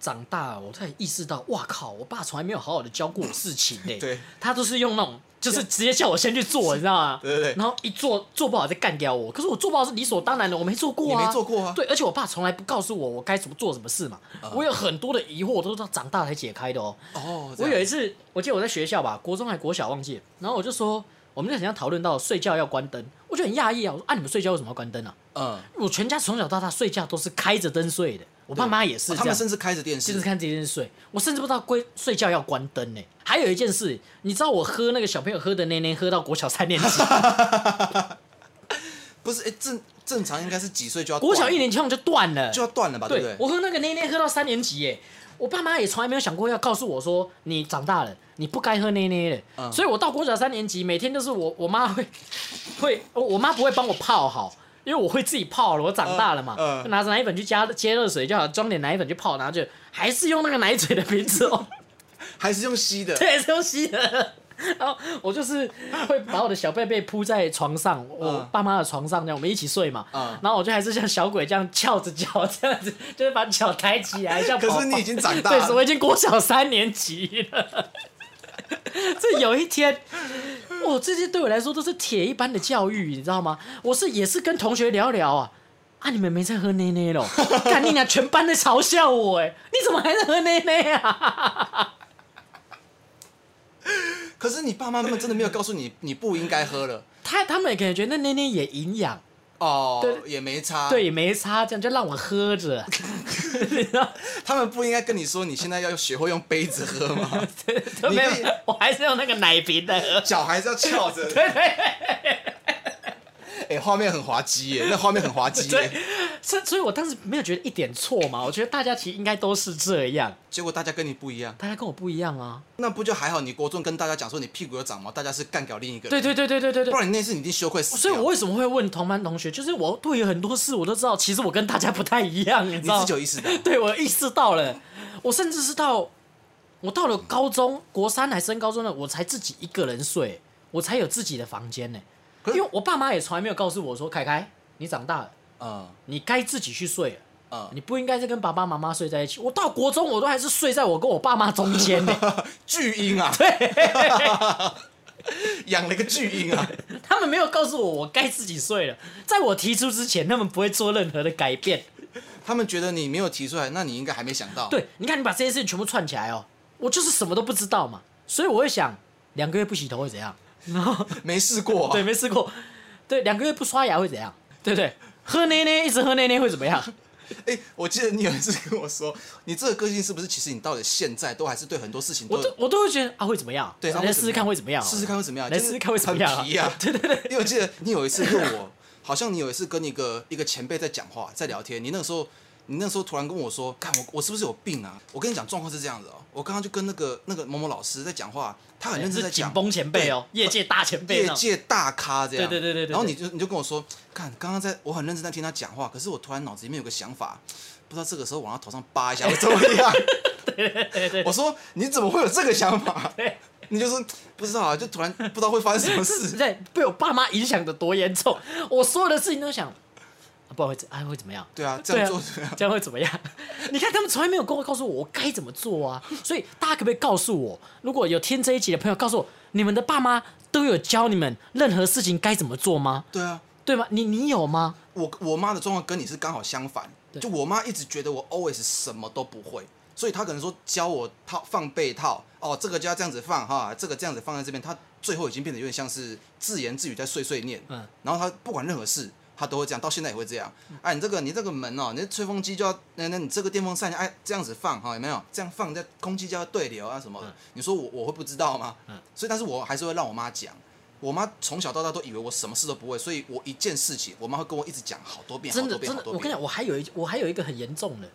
Speaker 1: 长大，我才意识到，哇靠，我爸从来没有好好的教过我事 情呢、
Speaker 2: 对，
Speaker 1: 他都是用那种就是直接叫我先去做，你知道吗？
Speaker 2: 对对对
Speaker 1: 然后一做做不好再干掉我，可是我做不好是理所当然的，我没做过啊，
Speaker 2: 你没做过啊嗯
Speaker 1: 对，而且我爸从来不告诉我我该怎么做什么事嘛，我有很多的疑惑，我都是到长大才解开的哦、
Speaker 2: 哦，这
Speaker 1: 我
Speaker 2: 样
Speaker 1: 有一次，我记得我在学校吧，国中还国小忘记了，然后我就说，我们就很像讨论到睡觉要关灯，我就很讶异啊，我说啊你们睡觉为什么要关灯啊？
Speaker 2: 嗯，
Speaker 1: 我全家从小到大睡觉都是开着灯睡的，我爸
Speaker 2: 对
Speaker 1: 妈也是
Speaker 2: 哦
Speaker 1: 这
Speaker 2: 他们
Speaker 1: 样，
Speaker 2: 甚至开着电
Speaker 1: 就是
Speaker 2: 视，
Speaker 1: 看这件事睡，我甚至不知道关睡觉要关灯呢、欸还有一件事，你知道我喝那个小朋友喝的奶奶喝到国小三年 级，
Speaker 2: 不是，哎，正正常应该是几岁就要
Speaker 1: 国小
Speaker 2: 断
Speaker 1: 一年级好像就断了，
Speaker 2: 就要断了吧，对不
Speaker 1: 对
Speaker 2: 对？
Speaker 1: 我喝那个奶奶喝到三年级耶、我爸妈也从来没有想过要告诉我说你长大了，你不该喝奶奶了。
Speaker 2: 嗯
Speaker 1: 所以我到国小三年级，每天就是我我妈会 会，我我妈不会帮我泡好，因为我会自己泡了，我长大了嘛，
Speaker 2: 嗯嗯
Speaker 1: 就拿着奶粉去加接热水就好，装点奶粉去泡，然后就还是用那个奶嘴的瓶子哦，
Speaker 2: 还是用吸 的，
Speaker 1: 对，是用吸的。然后我就是会把我的小贝贝铺在床上，我
Speaker 2: 嗯
Speaker 1: 爸妈的床上，这样我们一起睡嘛。
Speaker 2: 嗯
Speaker 1: 然后我就还是像小鬼这样翘着脚，这样子就是把脚抬起来，像
Speaker 2: 可
Speaker 1: 宝
Speaker 2: 是
Speaker 1: 宝
Speaker 2: 你已经长大
Speaker 1: 对，所以
Speaker 2: 了，
Speaker 1: 我已经国小三年级了。这有一天，我这些对我来说都是铁一般的教育，你知道吗？我是也是跟同学聊聊啊，啊，你们没在喝奶奶咯？ 干你娘！全班在嘲笑我，哎，你怎么还在喝奶奶啊？
Speaker 2: 可是你爸妈们真的没有告诉你，你不应该喝了，
Speaker 1: 他他们也可能觉得那奶奶也营养，
Speaker 2: 哦
Speaker 1: 对，
Speaker 2: 也没差，
Speaker 1: 对，也没差，这样就让我喝 着， 你知道？
Speaker 2: 他们不应该跟你说你现在要学会用杯子 喝吗？
Speaker 1: 都没有
Speaker 2: 你可以，
Speaker 1: 我还是用那个奶瓶在喝。
Speaker 2: 脚还是要翘着。对对。 哎，画面很滑稽耶，那画面很滑稽
Speaker 1: 对
Speaker 2: 耶。，
Speaker 1: 所以所以我当时没有觉得一点错嘛，我觉得大家其实应该都是这样，
Speaker 2: 结果大家跟你不一样，
Speaker 1: 大家跟我不一样啊。
Speaker 2: 那不就还好？你国中跟大家讲说你屁股有长毛，大家是干掉另一个人。
Speaker 1: 对对对对对对
Speaker 2: 不
Speaker 1: 对。
Speaker 2: 然你那次你一定羞愧死掉。
Speaker 1: 所以我为什么会问同班同学？就是我对于很多事我都知道，其实我跟大家不太一样，你知
Speaker 2: 你
Speaker 1: 道
Speaker 2: 自
Speaker 1: 吗
Speaker 2: 己？有意识到，
Speaker 1: 对，我意识到了，我甚至是到我到了高中国三还升高中了，我才自己一个人睡，我才有自己的房间呢、
Speaker 2: 可是
Speaker 1: 因为我爸妈也从来没有告诉我说，凯凯，你长大了，
Speaker 2: 嗯
Speaker 1: 你该自己去睡了。
Speaker 2: 嗯，
Speaker 1: 你不应该是跟爸爸妈妈睡在一起。我到国中，我都还是睡在我跟我爸妈中间呢、
Speaker 2: 巨婴啊， 养了个巨婴啊，
Speaker 1: 他们没有告诉我我该自己睡了。在我提出之前，他们不会做任何的改变。
Speaker 2: 他们觉得你没有提出来，那你应该还没想到。，
Speaker 1: 对，你看你把这些事情全部串起来哦，我就是什么都不知道嘛，所以我会想，两个月不洗头会怎样？
Speaker 2: 没试过啊。
Speaker 1: 对，没试过。对，两个月不刷牙会怎样？对不对？喝奶奶一直喝奶奶会怎么样？
Speaker 2: 哎、我记得你有一次跟我说，你这个个性是不是？其实你到了现在都还是对很多事情都
Speaker 1: 我都我都会觉得啊会怎么样？
Speaker 2: 对啊
Speaker 1: 来试试看会怎么样？
Speaker 2: 试试看会怎么样？
Speaker 1: 来
Speaker 2: 就是
Speaker 1: 试试看会怎么样啊！
Speaker 2: 很皮啊
Speaker 1: 对对对，
Speaker 2: 因为我记得你有一次问我，好像你有一次跟一个一个前辈在讲话，在聊天，你那个时候你那时候突然跟我说，看我我是不是有病啊？我跟你讲，状况是这样子哦，我刚刚就跟那个那个某某老师在讲话，他很认真在
Speaker 1: 哎是紧
Speaker 2: 讲。
Speaker 1: 绷前辈哦，业界大前辈
Speaker 2: 业
Speaker 1: 那种。
Speaker 2: 界大咖这样，
Speaker 1: 对对对对对对
Speaker 2: 然后你就你就跟我说，看刚刚在我很认真在听他讲话，可是我突然脑子里面有个想法，不知道这个时候往他头上扒一下会怎么 样？
Speaker 1: 对对，
Speaker 2: 我说你怎么会有这个 想法
Speaker 1: 对？
Speaker 2: 你就说不知道啊，就突然不知道会发生什么事。
Speaker 1: 在被我爸妈影响的多严重，我所有的事情都想，啊、不然会怎啊会怎么样？
Speaker 2: 对啊，这样做
Speaker 1: 对 啊，这样会怎么样？你看他们从来没有跟我告诉我我该怎么做啊，所以大家可不可以告诉我，如果有听这一集的朋友，告诉我你们的爸妈都有教你们任何事情该怎么做吗？
Speaker 2: 对啊，
Speaker 1: 对吗？你你有吗？
Speaker 2: 我我妈的状况跟你是刚好相反，
Speaker 1: 对
Speaker 2: 就我妈一直觉得我 always 什么都不会，所以她可能说教我套放被套，哦，这个就要这样子放哈，这个这样子放在这边，她最后已经变得有点像是自言自语在碎碎念，
Speaker 1: 嗯，
Speaker 2: 然后她不管任何事。她都会这样，到现在也会这样。哎，你这个你这个门哦，你的吹风机就要，那那你这个电风扇，哎，这样子放哈、有没有？这样放，在空气就要对流啊什么的。
Speaker 1: 嗯
Speaker 2: 你说我我会不知道吗？
Speaker 1: 嗯
Speaker 2: 所以，但是我还是会让我妈讲。我妈从小到大都以为我什么事都不会，所以我一件事情，我妈会跟我一直讲好多遍，好
Speaker 1: 真的真
Speaker 2: 多遍，好
Speaker 1: 的，
Speaker 2: 多
Speaker 1: 我跟你
Speaker 2: 遍。
Speaker 1: 讲，我还有一我还有一个很严重的，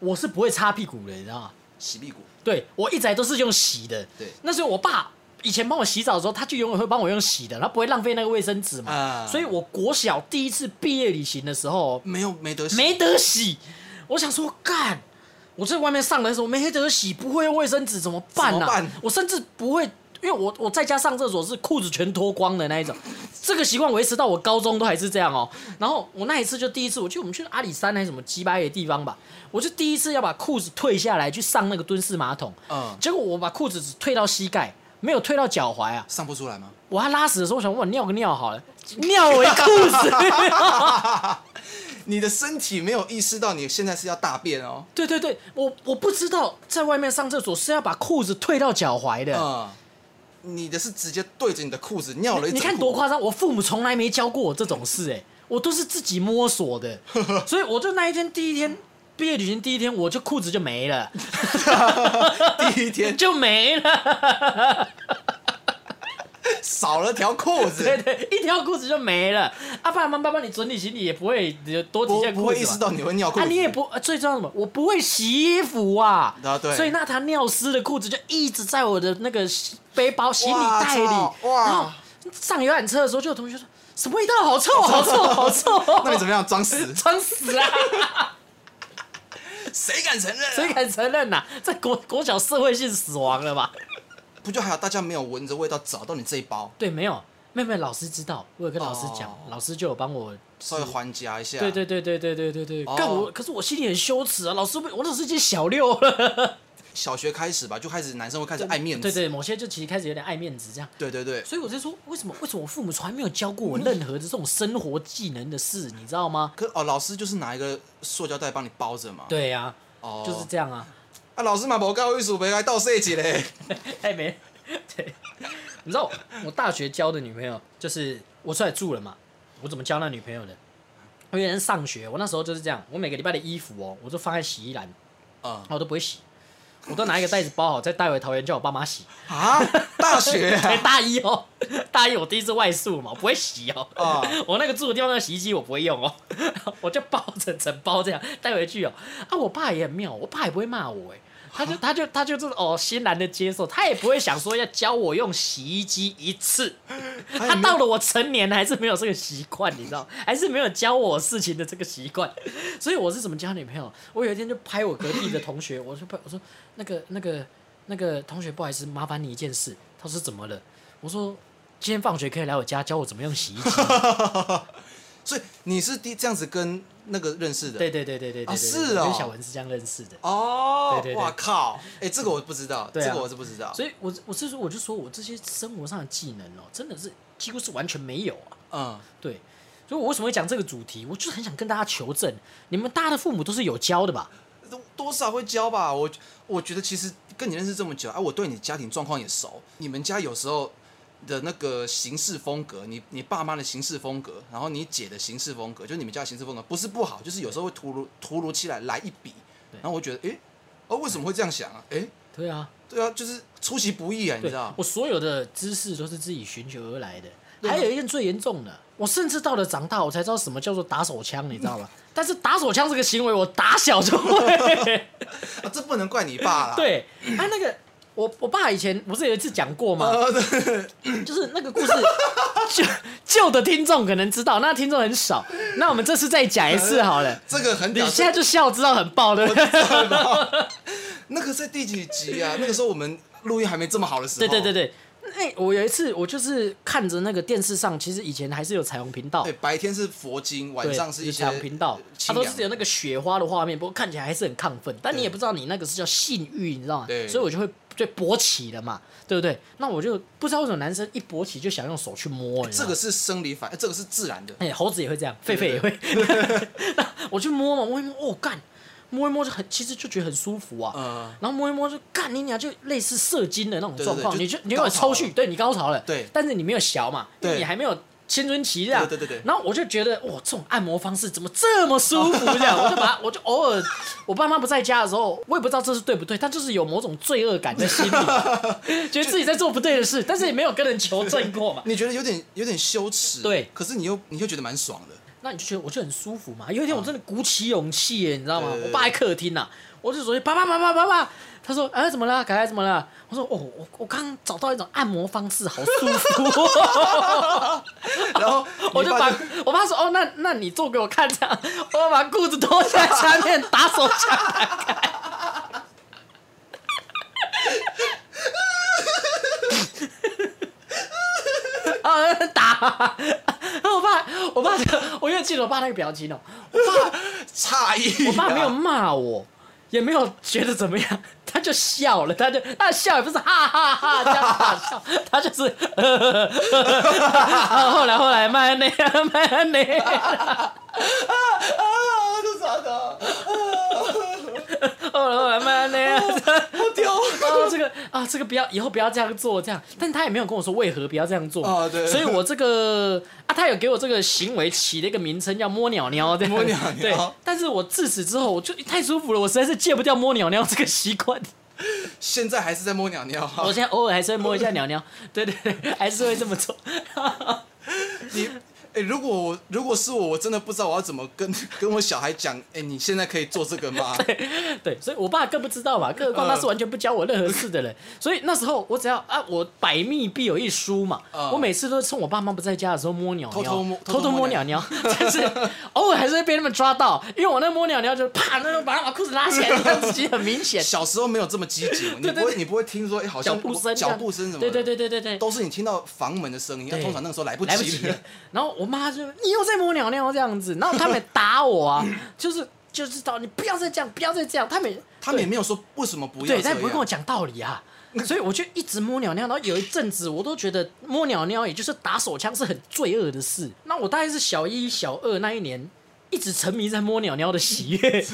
Speaker 1: 我是不会擦屁股的，你知道吗？
Speaker 2: 洗屁股，
Speaker 1: 对我一直以来都是用洗的。
Speaker 2: 对
Speaker 1: 那时候我爸以前帮我洗澡的时候，他就永远会帮我用洗的，他不会浪费那个卫生纸嘛。
Speaker 2: 啊
Speaker 1: 所以我国小第一次毕业旅行的时候
Speaker 2: 没有没得洗，
Speaker 1: 没得洗，我想说干。我在外面上的时候没得洗，不会用卫生纸怎么办
Speaker 2: 怎
Speaker 1: 呢、
Speaker 2: 么办
Speaker 1: 我甚至不会，因为我我在家上厕所是裤子全脱光的那一种，这个习惯维持到我高中都还是这样哦、然后我那一次就第一次，我记得我们去阿里山还是什么鸡巴的地方吧，我就第一次要把裤子退下来去上那个蹲式马桶，
Speaker 2: 嗯，
Speaker 1: 结果我把裤子只退到膝盖，没有退到脚踝啊！
Speaker 2: 上不出来吗？
Speaker 1: 我要拉屎的时候，我想我尿个尿 好了，尿回裤子。
Speaker 2: 你的身体没有意识到你现在是要大便哦。
Speaker 1: 对对对，我我不知道在外面上厕所是要把裤子退到脚踝的。
Speaker 2: 嗯，你的是直接对着你的裤子尿了一
Speaker 1: 你
Speaker 2: 整
Speaker 1: 看
Speaker 2: 裤
Speaker 1: 多夸张！我父母从来没教过我这种事、哎，我都是自己摸索的，所以我就那一天第一天毕业旅行第一天，我就裤子就没了，
Speaker 2: 第一天
Speaker 1: 就没了，
Speaker 2: 少了 条裤子，
Speaker 1: 对对，一条裤子就没了。啊，爸爸妈妈帮你整理行李也不会有多几
Speaker 2: 不
Speaker 1: 件裤子嘛，
Speaker 2: 不会意识到你会尿裤
Speaker 1: 啊，
Speaker 2: 子。
Speaker 1: 你也不呃最重要的什么？我不会洗衣服啊，
Speaker 2: 啊对
Speaker 1: 所以那条尿湿的裤子就一直在我的那个洗背包行李袋里。
Speaker 2: 哇操哇
Speaker 1: 然后上游览车的时候，就有同学说什么味道，好臭，好臭， 好臭，？
Speaker 2: 那你怎么样装死
Speaker 1: 装死啊！
Speaker 2: 谁敢承认、啊？
Speaker 1: 谁敢承认呐、这国国小社会性死亡了吧？
Speaker 2: 不就还有大家没有闻着味道找到你这一包，
Speaker 1: 对，没有，没有，没有，老师知道，我有跟老师讲，
Speaker 2: 哦
Speaker 1: 老师就有帮我。
Speaker 2: 稍微还夹一下。
Speaker 1: 对对对对对对对对，
Speaker 2: 哦
Speaker 1: 干、我，可是我心里很羞耻啊！老师，我那时候已经小六了，
Speaker 2: 小学开始吧，就开始男生会开始爱面子。
Speaker 1: 对对，某些就其实开始有点爱面子这样。
Speaker 2: 对对对
Speaker 1: 所以我在说，为什么为什么我父母从来没有教过我任何的这种生活技能的事，你知道吗？
Speaker 2: 可哦，老师就是拿一个塑胶袋帮你包着嘛。
Speaker 1: 对呀、
Speaker 2: 哦，
Speaker 1: 就是这样啊。
Speaker 2: 啊，老师嘛，无教艺术没来倒设计嘞。
Speaker 1: 哎、没， 对，你知道我我大学交的女朋友，就是我出来住了嘛，我怎么交那女朋友的？我原来上学，我那时候就是这样，我每个礼拜的衣服哦，我就放在洗衣篮，
Speaker 2: 嗯
Speaker 1: 然后我都不会洗，我都拿一个袋子包好，再带回桃园叫我爸妈洗。
Speaker 2: 啊，大学啊
Speaker 1: 才大一哦， 大一我第一次外宿嘛，我不会洗哦。
Speaker 2: 啊
Speaker 1: 我那个住的地方那个洗衣机我不会用哦， 我就抱着整包这样带回去哦。啊，我爸也很妙，我爸也不会骂我哎， 他就他就他就是哦欣然的接受，他也不会想说要教我用洗衣机一次。
Speaker 2: 他
Speaker 1: 他
Speaker 2: 也没有
Speaker 1: 到了我成年还是没有这个习惯，你知道，还是没有教我事情的这个习惯。所以我是怎么交女朋友？我有一天就拍我隔壁的同学，我就拍我说那个那个那个同学，不好意思，麻烦你一件事。他说怎么了？我说今天放学可以来我家教我怎么用洗衣机。
Speaker 2: 所以你是第这样子跟那个认识的。
Speaker 1: 对对对对对对对，
Speaker 2: 啊是
Speaker 1: 对
Speaker 2: 哦
Speaker 1: 我跟小文是这样认识的。
Speaker 2: 哦
Speaker 1: 对对，对
Speaker 2: 哇靠！哎，这个我不知道，
Speaker 1: 对啊
Speaker 2: 这个我是不知道。
Speaker 1: 所以我，我是说，我就说我这些生活上的技能哦，真的是几乎是完全没有啊。
Speaker 2: 嗯，
Speaker 1: 对，所以我为什么会讲这个主题？我就是很想跟大家求证，你们大家的父母都是有教的吧？
Speaker 2: 多多少会教吧。我我觉得其实跟你认识这么久，哎、我对你家庭状况也熟。你们家有时候的那个行事风格，你你爸妈的行事风格，然后你姐的行事风格，就是你们家的行事风格不是不好，就是有时候会突如突如其来来一笔，
Speaker 1: 对
Speaker 2: 然后我觉得，诶，哦，为什么会这样想啊？诶，
Speaker 1: 对啊，
Speaker 2: 对啊，就是出其不意啊，你
Speaker 1: 对
Speaker 2: 知道？
Speaker 1: 我所有的知识都是自己寻求而来的。
Speaker 2: 对啊
Speaker 1: 还有一个最严重的，我甚至到了长大，我才知道什么叫做打手枪，你知道吗？ 但是打手枪这个行为，我打小就会。
Speaker 2: 啊，这不能怪你爸啦。，
Speaker 1: 对，啊，那个我我爸以前不是有一次讲过吗？
Speaker 2: 呃，对
Speaker 1: 就是那个故事， 旧旧的听众可能知道，那听众很少。那我们这次再讲一次好了。
Speaker 2: 这个很
Speaker 1: 你
Speaker 2: 屌。
Speaker 1: 现在就笑，知道很爆的。
Speaker 2: 那个在第几集啊？那个时候我们录音还没这么好的时候。
Speaker 1: 对对对对，那、我有一次，我就是看着那个电视上，其实以前还是有彩虹频道，
Speaker 2: 对，白天是佛经，晚
Speaker 1: 对，
Speaker 2: 上是一
Speaker 1: 有
Speaker 2: 些呃
Speaker 1: 彩虹频道，它
Speaker 2: 清
Speaker 1: 都
Speaker 2: 凉
Speaker 1: 是有那个雪花的画面，不过看起来还是很亢奋，但你也不知道你那个是叫性欲，你知道吗？
Speaker 2: 对
Speaker 1: 所以我就会就勃起了嘛，对不对？那我就不知道为什么男生一勃起就想用手去摸，你知
Speaker 2: 这
Speaker 1: 道吗
Speaker 2: 个是生理反，呃这个是自然的。
Speaker 1: 哎、猴子也会这样，狒狒也会。 那我去摸嘛，摸一摸，哦，干，摸一摸就很，其实就觉得很舒服啊。
Speaker 2: 嗯
Speaker 1: 然后摸一摸就干，你俩就类似射精的那种
Speaker 2: 对对
Speaker 1: 状况，
Speaker 2: 对
Speaker 1: 你
Speaker 2: 就
Speaker 1: 就你有
Speaker 2: 高潮
Speaker 1: 抽搐，
Speaker 2: 了
Speaker 1: 对你高潮了，
Speaker 2: 对
Speaker 1: 但是你没有小嘛，因为
Speaker 2: 对
Speaker 1: 你还没有青春期这样。
Speaker 2: 对对对对
Speaker 1: 然后我就觉得，哇，这种按摩方式怎么这么舒服？这 样，我就把它，我就偶尔，我爸妈不在家的时候，我也不知道这是对不对，但就是有某种罪恶感在心里， 觉得自己在做不对的事，但是也没有跟人求证过嘛。
Speaker 2: 你觉得有点有点羞耻，
Speaker 1: 对
Speaker 2: 可是你又你又觉得蛮爽的，
Speaker 1: 那你就觉得我就很舒服嘛。有一天我真的鼓起勇气耶，你知道吗
Speaker 2: 啊对对？对
Speaker 1: 我爸在客厅呐、啊我就说爸爸爸爸爸爸，他说哎、怎么了？凯凯怎么了？我说哦我我刚找到一种按摩方式，好舒 服 哦。
Speaker 2: 然后
Speaker 1: 我
Speaker 2: 你
Speaker 1: 就
Speaker 2: 爸
Speaker 1: 把我爸说哦那那你做给我看这样， 我把裤子脱下来，下面打手枪 打开。啊！打！ 然后我爸，我爸就，我越记得我爸那个表情哦、
Speaker 2: 诧异，啊
Speaker 1: 我爸 没有，骂我，也没有觉得怎么样， 他就笑了，他就他笑也不是哈哈哈 这样大笑，他就是 呵呵呵呵后来后来慢慢那样慢 慢那样，
Speaker 2: 啊，这啥的，
Speaker 1: 后来后来慢慢那 样。
Speaker 2: 好屌
Speaker 1: 哦，这个啊，这个不要，以后不要这样做，这样。但他也没有跟我说为何不要这样做。
Speaker 2: 哦对
Speaker 1: 所以我这个啊，他有给我这个行为起了一个名称叫摸鸟鸟，对。
Speaker 2: 摸鸟鸟
Speaker 1: 对。但是我自此之后，我就太舒服了，我实在是戒不掉摸鸟鸟这个习惯。
Speaker 2: 现在还是在摸鸟鸟啊，
Speaker 1: 我现在偶尔还是会摸一下鸟 鸟，对对对，还是会这么做。
Speaker 2: 你。哎、如果我如果是我，我真的不知道我要怎么跟 跟我小孩讲。哎、你现在可以做这个吗？
Speaker 1: 对，所以我爸更不知道嘛，更何
Speaker 2: 嗯
Speaker 1: 况他是完全不教我任何事的人。所以那时候我只要啊，我百密必有一疏嘛，
Speaker 2: 嗯
Speaker 1: 我每次都是趁我爸妈不在家的时候摸鸟鸟，
Speaker 2: 偷偷摸
Speaker 1: 偷
Speaker 2: 偷偷
Speaker 1: 摸
Speaker 2: 摸
Speaker 1: 鸟
Speaker 2: 鸟
Speaker 1: 鸟， 但是偶尔还是会被他们抓到，因为我那摸鸟鸟就啪，那就把他把裤子拉起来，让自己很明显
Speaker 2: 小时候没有这么积极，你
Speaker 1: 对
Speaker 2: 不
Speaker 1: 对
Speaker 2: 会你不会听说哎、好
Speaker 1: 脚
Speaker 2: 像
Speaker 1: 步
Speaker 2: 我
Speaker 1: 声这样，
Speaker 2: 脚步 声什么的，
Speaker 1: 对对对对对对。
Speaker 2: 都是你听到房门的声音，那
Speaker 1: 对
Speaker 2: 通常那个时候来不及
Speaker 1: 来不及了。然后我妈就你又在摸鸟尿这样子，然后他们也打我 啊，就是就知道你不要再这样，不要再这样。他们
Speaker 2: 他们也没有说为什么不要
Speaker 1: 对，
Speaker 2: 这
Speaker 1: 但不会跟我
Speaker 2: 样，
Speaker 1: 讲道理 啊。所以我就一直摸鸟尿，然后有一阵子我都觉得摸鸟尿，也就是打手枪是很罪恶的事。那我大概是小一、小二那一年，一直沉迷在摸鸟尿的喜悦，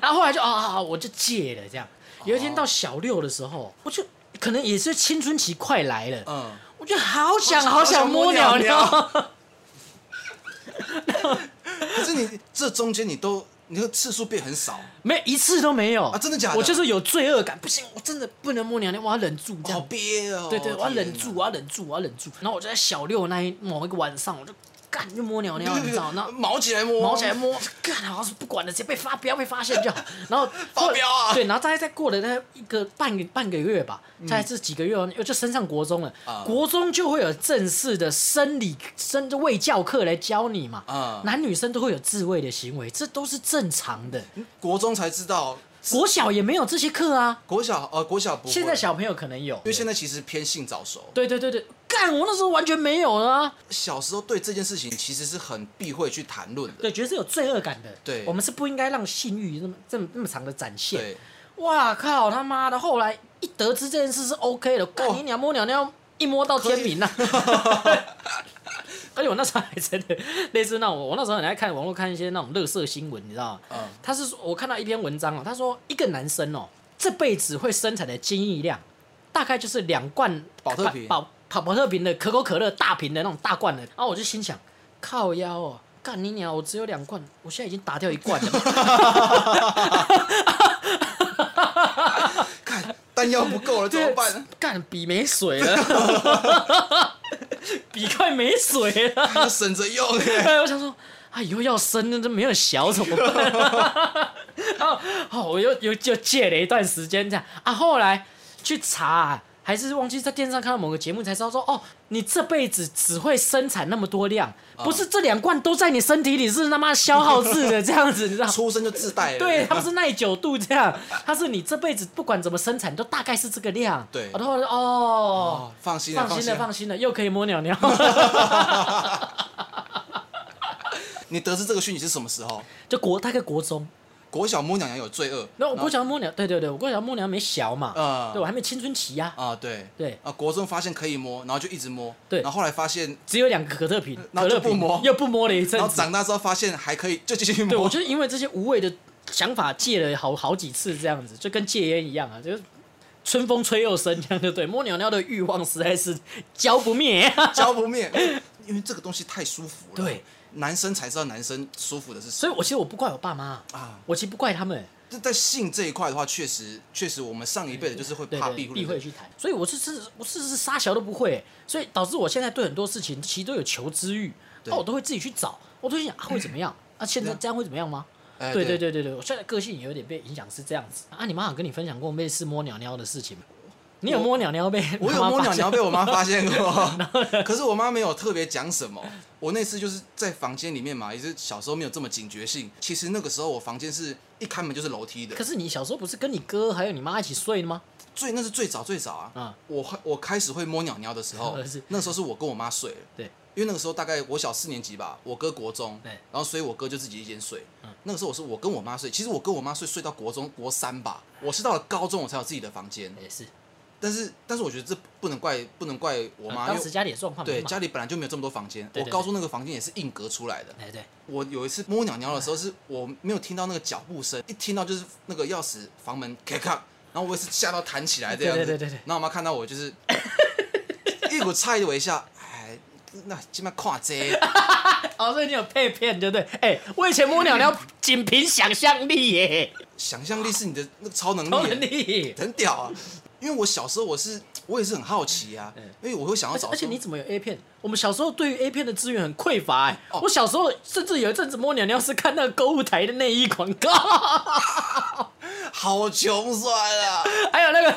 Speaker 1: 然后后来就啊啊，啊我就戒了这样。有一天到小六的时候，我就可能也是青春期快来了，
Speaker 2: 嗯，
Speaker 1: 我就好想好
Speaker 2: 好想
Speaker 1: 想摸鸟
Speaker 2: 好想摸
Speaker 1: 尿。
Speaker 2: 可是你这中间你都你的次数变很少，
Speaker 1: 没一次都没有
Speaker 2: 啊真的假的
Speaker 1: 我就是有罪恶感，不行，我真的不能摸娘娘，我要忍住这
Speaker 2: 好
Speaker 1: 样。
Speaker 2: 憋哦。
Speaker 1: 对对，我要忍住，
Speaker 2: 啊！
Speaker 1: 我要忍住，我要忍住。然后我就在小六那一某一个晚上，我就干就摸娘娘，你知道？然后
Speaker 2: 毛起来摸，
Speaker 1: 毛起来摸，干，好像是不管了，直接被发，不要被发现 就好。然后
Speaker 2: 发飙啊嗯
Speaker 1: 对，然后大概再过了那一个半个半个月吧，在这几个月哦，又就升上国中了
Speaker 2: 啊。
Speaker 1: 国中就会有正式的生理生卫教课来教你嘛
Speaker 2: 啊，
Speaker 1: 男女生都会有自慰的行为，这都是正常的。
Speaker 2: 国中才知道，
Speaker 1: 国小也没有这些课啊。
Speaker 2: 国小呃国小不会，
Speaker 1: 现在小朋友可能有，
Speaker 2: 因为现在其实偏性早熟，
Speaker 1: 对对对对，干我那时候完全没有啊，
Speaker 2: 小时候对这件事情其实是很避讳去谈论的。
Speaker 1: 对，觉得是有罪恶感的。
Speaker 2: 对
Speaker 1: 我们是不应该让性欲这么这么那么长的展现。
Speaker 2: 对，
Speaker 1: 哇靠，他妈的！后来一得知这件事是 OK 的，
Speaker 2: 哦
Speaker 1: 干你娘摸鸟尿，一摸到天明呐、 而且我那时候还真的类似那种，我那时候很爱看网络看一些那种乐色新闻，你知道吗？
Speaker 2: 嗯，
Speaker 1: 他是说我看到一篇文章哦，他说一个男生哦，这辈子会生产的精液量，大概就是两罐
Speaker 2: 保特瓶
Speaker 1: 保保保特瓶的可口可乐大瓶的那种大罐的。然后我就心想，靠腰哦，干你娘！我只有两罐，我现在已经打掉一罐了。
Speaker 2: 看弹药不够了，怎么办？
Speaker 3: 干笔没水了，
Speaker 1: 笔快没水了。
Speaker 2: 要省着用欸
Speaker 1: 哎，我想说啊，以后要生那这没有小怎么办、 啊？哦，我又又又借了一段时间这样啊，后来去查。还是忘记在电视上看到某个节目才知道说，哦，你这辈子只会生产那么多量，
Speaker 2: 啊
Speaker 1: 不是这两罐都在你身体里是他妈消耗制的这样子，你知道？
Speaker 2: 出生就自带了。
Speaker 1: 对，它不是耐久度这样，它是你这辈子不管怎么生产都大概是这个量。
Speaker 2: 对
Speaker 1: 然后哦
Speaker 2: 哦，，放心了，
Speaker 1: 放心了，
Speaker 2: 了。
Speaker 1: 放心了，又可以摸鸟 鸟。
Speaker 2: 你得知这个讯息是什么时候？
Speaker 1: 就国大概国中，
Speaker 2: 国小摸娘娘有罪恶。
Speaker 1: 那我
Speaker 2: 然后
Speaker 1: 国小摸鸟，对对对，我国小摸鸟没小嘛，
Speaker 2: 嗯
Speaker 1: 对我还没青春期呀、
Speaker 2: 啊，对
Speaker 1: 对
Speaker 2: 啊，国中发现可以摸，然后就一直摸，
Speaker 1: 对
Speaker 2: 然后后来发现，
Speaker 1: 只有两个可乐瓶，可
Speaker 2: 然后
Speaker 1: 乐
Speaker 2: 嗯就不
Speaker 1: 瓶
Speaker 2: 摸
Speaker 1: 又不摸了一阵
Speaker 2: 然后
Speaker 1: 子。
Speaker 2: 长大之后发现还可以，就继续
Speaker 1: 对，我
Speaker 2: 摸。
Speaker 1: 就因为这些无谓的想法戒了好好几次，这样子就跟戒烟一样啊，就是春风吹又生这样，就对摸鸟鸟的欲望实在是浇不灭。
Speaker 2: 浇不灭，因为这个东西太舒服了。
Speaker 1: 对，
Speaker 2: 男生才知道男生舒服的是什
Speaker 1: 所以我其实我不怪我爸妈，
Speaker 2: 么啊。
Speaker 1: 我其实不怪他们，
Speaker 2: 这在性这一块的话，确实确实，我们上一辈的就是会
Speaker 1: 对
Speaker 2: 怕
Speaker 1: 对
Speaker 2: 避
Speaker 1: 避讳
Speaker 2: 讳。
Speaker 1: 去谈，所以我是是我是是啥小都不会，所以导致我现在对很多事情其实都有求知欲，啊
Speaker 2: 对
Speaker 1: 那我都会自己去找，我都会想、啊、会怎么样啊？现在这样会怎么样吗？
Speaker 2: 哎
Speaker 1: 对对，对对对，我现在个性也有点被影响是这样子啊。你妈有跟你分享过类似摸鸟鸟的事情吗？你有摸鸟鸟被
Speaker 2: 我
Speaker 1: 妈
Speaker 2: 有
Speaker 1: 妈
Speaker 2: 摸
Speaker 1: 发
Speaker 2: 鸟
Speaker 1: 现
Speaker 2: 鸟被我妈发现过， 可是我妈没有特别讲什么。我那次就是在房间里面嘛，也是小时候没有这么警觉性。其实那个时候我房间是一开门就是楼梯 的
Speaker 1: 可，是你小时候不是跟你哥还有你妈一起睡的吗？
Speaker 2: 最那是最早最早啊。
Speaker 1: 啊
Speaker 2: 我会我开始会摸鸟鸟的时候
Speaker 1: 是，
Speaker 2: 那时候是我跟我妈睡了。
Speaker 1: 对，
Speaker 2: 因为那个时候大概我小四年级吧，我哥国中，
Speaker 1: 对嗯
Speaker 2: 然后所以我哥就自己一间睡。那个时候我是我跟我妈睡，其实我跟我妈睡睡到国中国三吧，我是到了高中我才有自己的房间。
Speaker 1: 也是，
Speaker 2: 但是但是我觉得这不能怪不能怪我妈，
Speaker 1: 啊
Speaker 2: 因
Speaker 1: 当
Speaker 2: 为
Speaker 1: 时家里的状况
Speaker 2: 对，
Speaker 1: 嘛
Speaker 2: 家里本来就没有这么多房间，
Speaker 1: 对
Speaker 2: 我
Speaker 1: 对
Speaker 2: 高中那个房间也是硬隔出来的。
Speaker 1: 哎对，
Speaker 2: 我有一次摸鸟鸟的时候，是我没有听到那个脚步声，一听到就是那个钥匙房门咔咔，然后我也是吓到弹起来这样子。
Speaker 1: 对对对对对
Speaker 2: 然后我妈看到我就是 一股诧异的微笑，哎，那这边跨这，
Speaker 1: 哦，所以你有被骗，对不对？哎，我以前摸鸟 鸟仅凭想象力耶，
Speaker 2: 想象力是你的那个超能力，
Speaker 1: 超能力。
Speaker 2: 很屌啊！因为我小时候我是我也是很好奇啊，因为我会想
Speaker 1: 嗯
Speaker 2: 要
Speaker 1: 而且
Speaker 2: 找
Speaker 1: 而且
Speaker 2: 说
Speaker 1: 你怎么有 A 片？我们小时候对于 A 片的资源很匮乏哎、
Speaker 2: 哦
Speaker 1: 我小时候甚至有一阵子摸鸟鸟是看那个购物台的内衣 广
Speaker 2: 哦
Speaker 1: 告，
Speaker 2: 好穷酸啊，
Speaker 1: 还有那个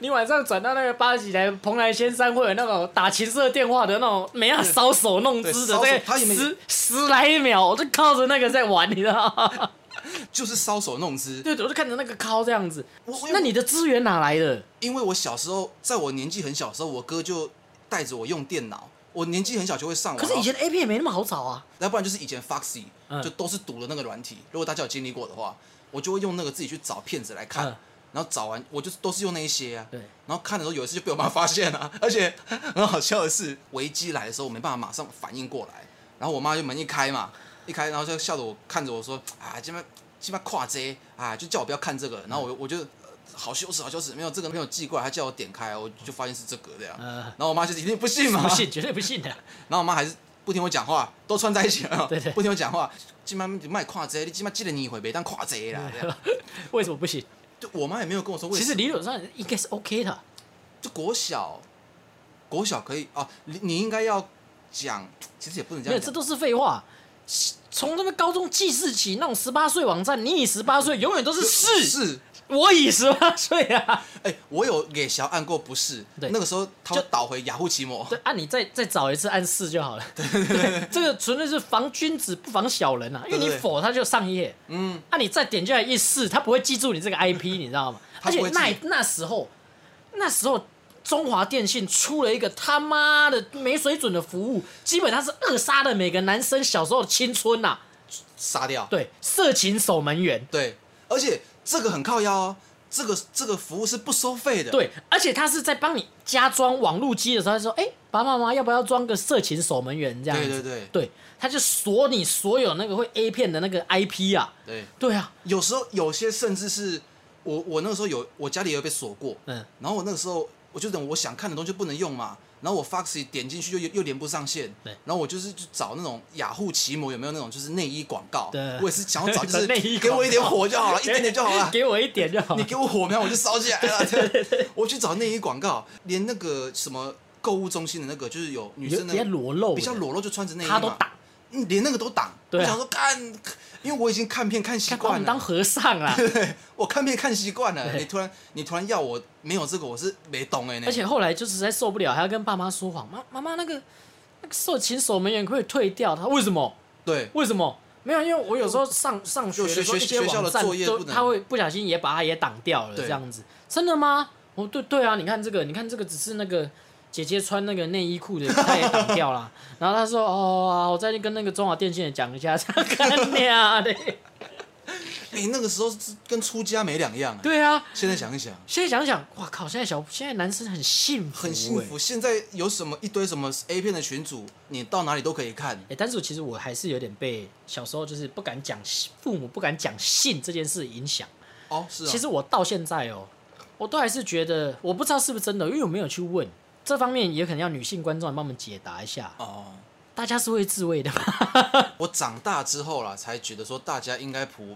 Speaker 1: 你晚上转到那个八十几台蓬莱仙山会有那种打情色电话的那种没啊搔首弄姿的，
Speaker 2: 对搔首
Speaker 1: 对，
Speaker 2: 他也没
Speaker 1: 十十来秒我就靠着那个在玩，你知道吗？
Speaker 2: 就是搔首弄姿。
Speaker 1: 对，我就看着那个靠这样子
Speaker 2: 我我。
Speaker 1: 那你的资源哪来的？
Speaker 2: 因为我小时候，在我年纪很小的时候，我哥就带着我用电脑。我年纪很小就会上网，
Speaker 1: 可是以前的 A 片也没那么好找啊。
Speaker 2: 要不然就是以前 Foxy
Speaker 1: 嗯
Speaker 2: 就都是赌的那个软体。如果大家有经历过的话，我就会用那个自己去找骗子来看，
Speaker 1: 嗯
Speaker 2: 然后找完我就都是用那一些啊。
Speaker 1: 对
Speaker 2: 然后看的时候有一次就被我妈发现了、 而且很好笑的是，危机来的时候我没办法马上反应过来，然后我妈就门一开嘛，一开然后就笑着我看着我说啊，这边这边跨这啊，就叫我不要看这个。然后我
Speaker 1: 嗯
Speaker 2: 我就。呃好羞耻，好羞耻！没有这个没有寄过来，她叫我点开，我就发现是这个这样。
Speaker 1: 嗯
Speaker 2: 然后我妈就一定不信嘛，
Speaker 1: 不信，绝对不信的。
Speaker 2: 然后我妈还是不听我讲话，都串在一起 了，
Speaker 1: 对对
Speaker 2: 不听我讲话。今妈卖跨贼，你今妈记得你一回别当跨 贼啦。这样
Speaker 1: 为什么不行？
Speaker 2: 就我妈也没有跟我说为什
Speaker 1: 其
Speaker 2: 么，
Speaker 1: 实理论上应该是 OK 的。
Speaker 2: 就国小，国小可以哦，你你应该要讲，其实也不能这
Speaker 1: 没有，
Speaker 2: 样
Speaker 1: 这
Speaker 2: 讲。
Speaker 1: 都是废话。从他们高中记事起，那种十八岁网站，你以十八岁，永远都是
Speaker 2: 是
Speaker 1: 是，
Speaker 2: 是，
Speaker 1: 我以十八岁啊。
Speaker 2: 哎、我有给小按过不是，
Speaker 1: 对
Speaker 2: 那个时候他
Speaker 1: 就
Speaker 2: 会倒回雅虎奇摩，
Speaker 1: 对啊，你再再找一次按四就好了。对， 这个纯粹是防君子不防小人啊，因为
Speaker 2: 对
Speaker 1: 你
Speaker 2: 对对
Speaker 1: 否他就上页，
Speaker 2: 嗯，
Speaker 1: 啊，你再点进来一试，他不会记住你 这个 IP，你知道吗？
Speaker 2: 他
Speaker 1: 而
Speaker 2: 不
Speaker 1: 且
Speaker 2: 会
Speaker 1: 那
Speaker 2: 记
Speaker 1: 那时候，那时候中华电信出了一个他妈的没水准的服务，基本上是扼杀了每个男生小时候的青春呐、
Speaker 2: 杀掉。
Speaker 1: 对，色情守门员。
Speaker 2: 对，而且这个很靠腰哦，这个这个服务是不收费的。，
Speaker 1: 对，而且他是在帮你加装网路机的时候，他说：“哎、爸爸妈妈要不要装个色情守门员这样子？”
Speaker 2: 对对对
Speaker 1: 他就锁你所有那个会 A 片的那个 IP 啊。
Speaker 2: 对，
Speaker 1: 对啊，
Speaker 2: 有时候有些甚至是我我那个时候有我家里有被锁过，
Speaker 1: 嗯，
Speaker 2: 然后我那个时候我就等我想看的东西不能用嘛，然后我 Foxy 点进去又又连不上线，
Speaker 1: 对
Speaker 2: 然后我就是去找那种雅虎奇摩有没有那种就是内衣广告，
Speaker 1: 对
Speaker 2: 我也是想要找就 是
Speaker 1: 内衣广告
Speaker 2: 给我一点火就好了，一点点就好了，
Speaker 1: 给我一点就好
Speaker 2: 你。给我火苗，我就烧起 来了。 我去找内衣广告，连那个什么购物中心的那个，就是有女
Speaker 1: 有
Speaker 2: 生
Speaker 1: 比较
Speaker 2: 的
Speaker 1: 裸露的，
Speaker 2: 比较裸露就穿着内衣嘛，
Speaker 1: 他都打，
Speaker 2: 嗯，连那个都挡。
Speaker 1: 对啊
Speaker 2: 我想说看，因为我已经看片看习
Speaker 1: 看把我
Speaker 2: 惯
Speaker 1: 们
Speaker 2: 了
Speaker 1: 当，和尚啊啦。
Speaker 2: 我看片看习惯了。
Speaker 1: 对
Speaker 2: 你突然你突然要我没有这个，我是没懂 哎。
Speaker 1: 而且后来就实在受不了，还要跟爸妈说谎，妈妈妈那个那个色情守门员可不可以退掉，他为什么？
Speaker 2: 对
Speaker 1: 为什么？没有，因为我有时候上上学
Speaker 2: 就
Speaker 1: 的时候，
Speaker 2: 学
Speaker 1: 一些
Speaker 2: 学校的
Speaker 1: 网站
Speaker 2: 作业
Speaker 1: 都
Speaker 2: 不能
Speaker 1: 他会不小心也把它也挡掉了，
Speaker 2: 对
Speaker 1: 这样子。真的吗？哦，对对啊，你看这个，你看这个只是那个姐姐穿那个内衣裤的，她也挡掉了。 然后他说：“哦，我再去跟那个中华电信的讲一下， 这样干娘的。
Speaker 2: 哎，那个时候是跟出家没两样”。哎
Speaker 1: 对啊，
Speaker 2: 现在想一想，
Speaker 1: 现在想想，哇靠！现在小现在男生很幸福、欸
Speaker 2: 很幸福。现在有什么一堆什么 A 片的群组，你到哪里都可以看。
Speaker 1: 哎、但是我其实我还是有点被小时候就是不敢讲性父母不敢讲性这件事影响。
Speaker 2: 哦，是啊。
Speaker 1: 其实我到现在哦，我都还是觉得我不知道是不是真的，因为我没有去问这方面，也可能要女性观众来帮我们解答一下。
Speaker 2: 哦。
Speaker 1: 大家是会自慰的吗？
Speaker 2: 我长大之后啦，才觉得说大家应该普，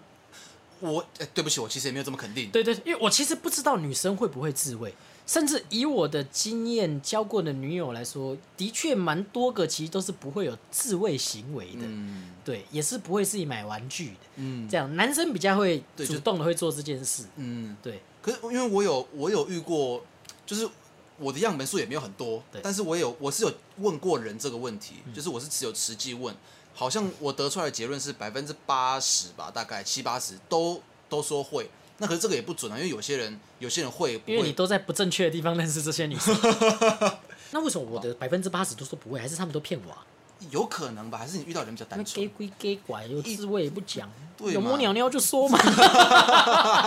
Speaker 2: 我、哎，对不起，我其实也没有这么肯定。
Speaker 1: 对对，因为我其实不知道女生会不会自慰，甚至以我的经验交过的女友来说，的确蛮多个其实都是不会有自慰行为的，
Speaker 2: 嗯
Speaker 1: 对，也是不会自己买玩具的。
Speaker 2: 嗯
Speaker 1: 这样男生比较会
Speaker 2: 对就
Speaker 1: 主动的会做这件事，
Speaker 2: 嗯。
Speaker 1: 对。
Speaker 2: 可是因为我有我有遇过，就是我的样本数也没有很多
Speaker 1: 对，嗯
Speaker 2: 但是我有我是有问过人这个问题，就是我是只有实际问，好像我得出来的结论是百分之八十吧，大概七八十都都说会。那可是这个也不准啊，因为有些人有些人会不
Speaker 1: 因为你
Speaker 2: 会，
Speaker 1: 都在不正确的地方认识这些女 生。那为什么我的百分之八十都说不会，还是他们都骗我啊？
Speaker 2: 有可能吧？还是你遇到人比较单
Speaker 1: 那 gay
Speaker 2: 纯？
Speaker 1: 归 gay 拐，有自慰也不讲，
Speaker 2: 对
Speaker 1: 有
Speaker 2: 嘛
Speaker 1: 摸鸟鸟就说嘛。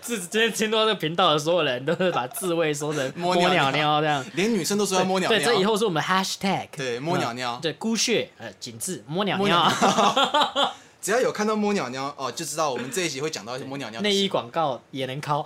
Speaker 1: 自今天听到这个频道的所有人都是把自慰说 成
Speaker 2: 摸
Speaker 1: 摸鸟
Speaker 2: 鸟
Speaker 1: 鸟
Speaker 2: 鸟
Speaker 1: 这 样。
Speaker 2: 连女生都说要摸鸟
Speaker 1: 对，
Speaker 2: 鸟，
Speaker 1: 这以后是我们 hashtag。嗯
Speaker 2: 对摸鸟鸟
Speaker 1: 对，孤穴呃，紧致摸鸟
Speaker 2: 摸鸟
Speaker 1: 鸟，
Speaker 2: 只要有看到摸鸟鸟哦，就知道我们这一集会讲到一些摸鸟鸟的
Speaker 1: 内
Speaker 2: 事
Speaker 1: 衣广告也能靠。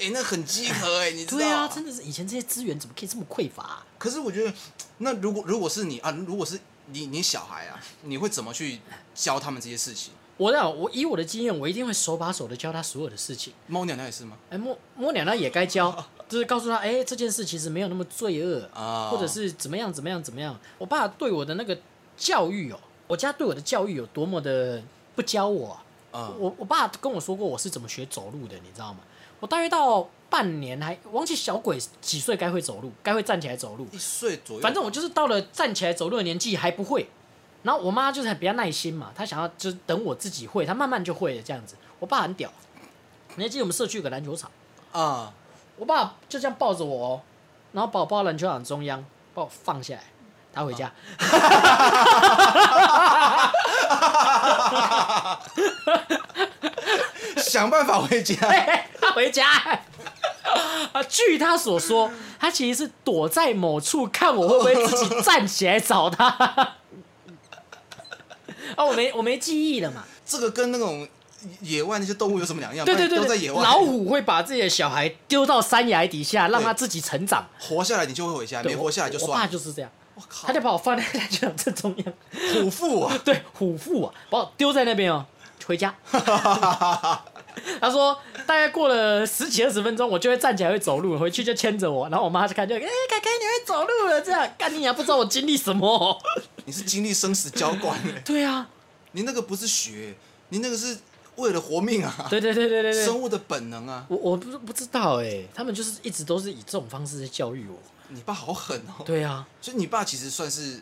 Speaker 2: 哎、那很饥渴哎、你知道？
Speaker 1: 对啊，真的是以前这些资源怎么可以这么匮乏啊？
Speaker 2: 可是我觉得，那如果如果是你啊，如果是你你小孩啊，你会怎么去教他们这些事情？
Speaker 1: 我讲，我以我的经验，我一定会手把手的教他所有的事情。
Speaker 2: 猫鸟鸟也是吗？
Speaker 1: 哎、摸摸两他也该教，就是告诉他，哎、这件事其实没有那么罪恶
Speaker 2: 啊
Speaker 1: 或者是怎么样怎么样怎么样。我爸对我的那个教育哦，我家对我的教育有多么的不教我啊、
Speaker 2: 嗯，
Speaker 1: 我我爸跟我说过我是怎么学走路的，你知道吗？我大约到半年还忘记小鬼几岁该会走路，该会站起来走路。
Speaker 2: 一岁左右，
Speaker 1: 反正我就是到了站起来走路的年纪还不会。然后我妈就是很比较耐心嘛，她想要就是等我自己会，她慢慢就会了这样子。我爸很屌，你还记得我们社区有个篮球场，
Speaker 2: 啊、
Speaker 1: 我爸就这样抱着我、哦，然后把我抱到篮球场中央，把我放下来，他回 家。
Speaker 2: 想办法回家。
Speaker 1: 他回家。啊， 据他所说，他其实是躲在某处看我会不会自己站起来找他。 啊，我没我没记忆了嘛。
Speaker 2: 这个跟那种野外那些动物有什么两样？
Speaker 1: 对对对
Speaker 2: 不然都在
Speaker 1: 对
Speaker 2: 野，外，
Speaker 1: 老虎会把自己的小孩丢到山崖底下，让他自己成长。
Speaker 2: 活下来你就会回家，没
Speaker 1: 对
Speaker 2: 活下来就
Speaker 1: 我我爸
Speaker 2: 算了。
Speaker 1: 就是这样，
Speaker 2: 我靠
Speaker 1: 他，就把我放在 篮球场正中央，
Speaker 2: 虎父啊！
Speaker 1: 对，虎父啊，把我丢在那边哦，回 家。他说大概过了十几二十分钟，我就会站起来会走路了，回去就牵着我，然后我妈就看就哎、凯凯你会走路了，这样干你娘不知道我经历什么。哦
Speaker 2: 你是经历生死交关的，
Speaker 1: 对啊，
Speaker 2: 你那个不是学，你那个是为了活命啊，
Speaker 1: 对对对对对对，
Speaker 2: 生物的本能啊。
Speaker 1: 我我不不知道哎、他们就是一直都是以这种方式在教育我。
Speaker 2: 你爸好狠哦！
Speaker 1: 对啊，
Speaker 2: 所以你爸其实算是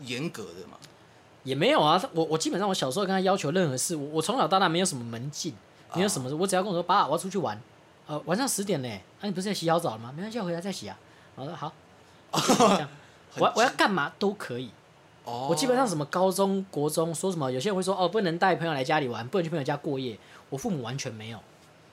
Speaker 2: 严格的嘛，
Speaker 1: 也没有啊，他我我基本上我小时候跟他要求任何事，我我从小到大没有什么门禁，没有
Speaker 2: 啊
Speaker 1: 什么，我只要跟我说爸，我要出去玩，呃，晚上十点呢，啊，你不是在洗好澡了吗？没关系，我回来再洗啊。我说 好，这样我要我要干嘛都可以。
Speaker 2: 哦，
Speaker 1: 我基本上什么高中、国中说什么，有些人会说哦，不能带朋友来家里玩，不能去朋友家过夜。我父母完全没有，
Speaker 2: 哦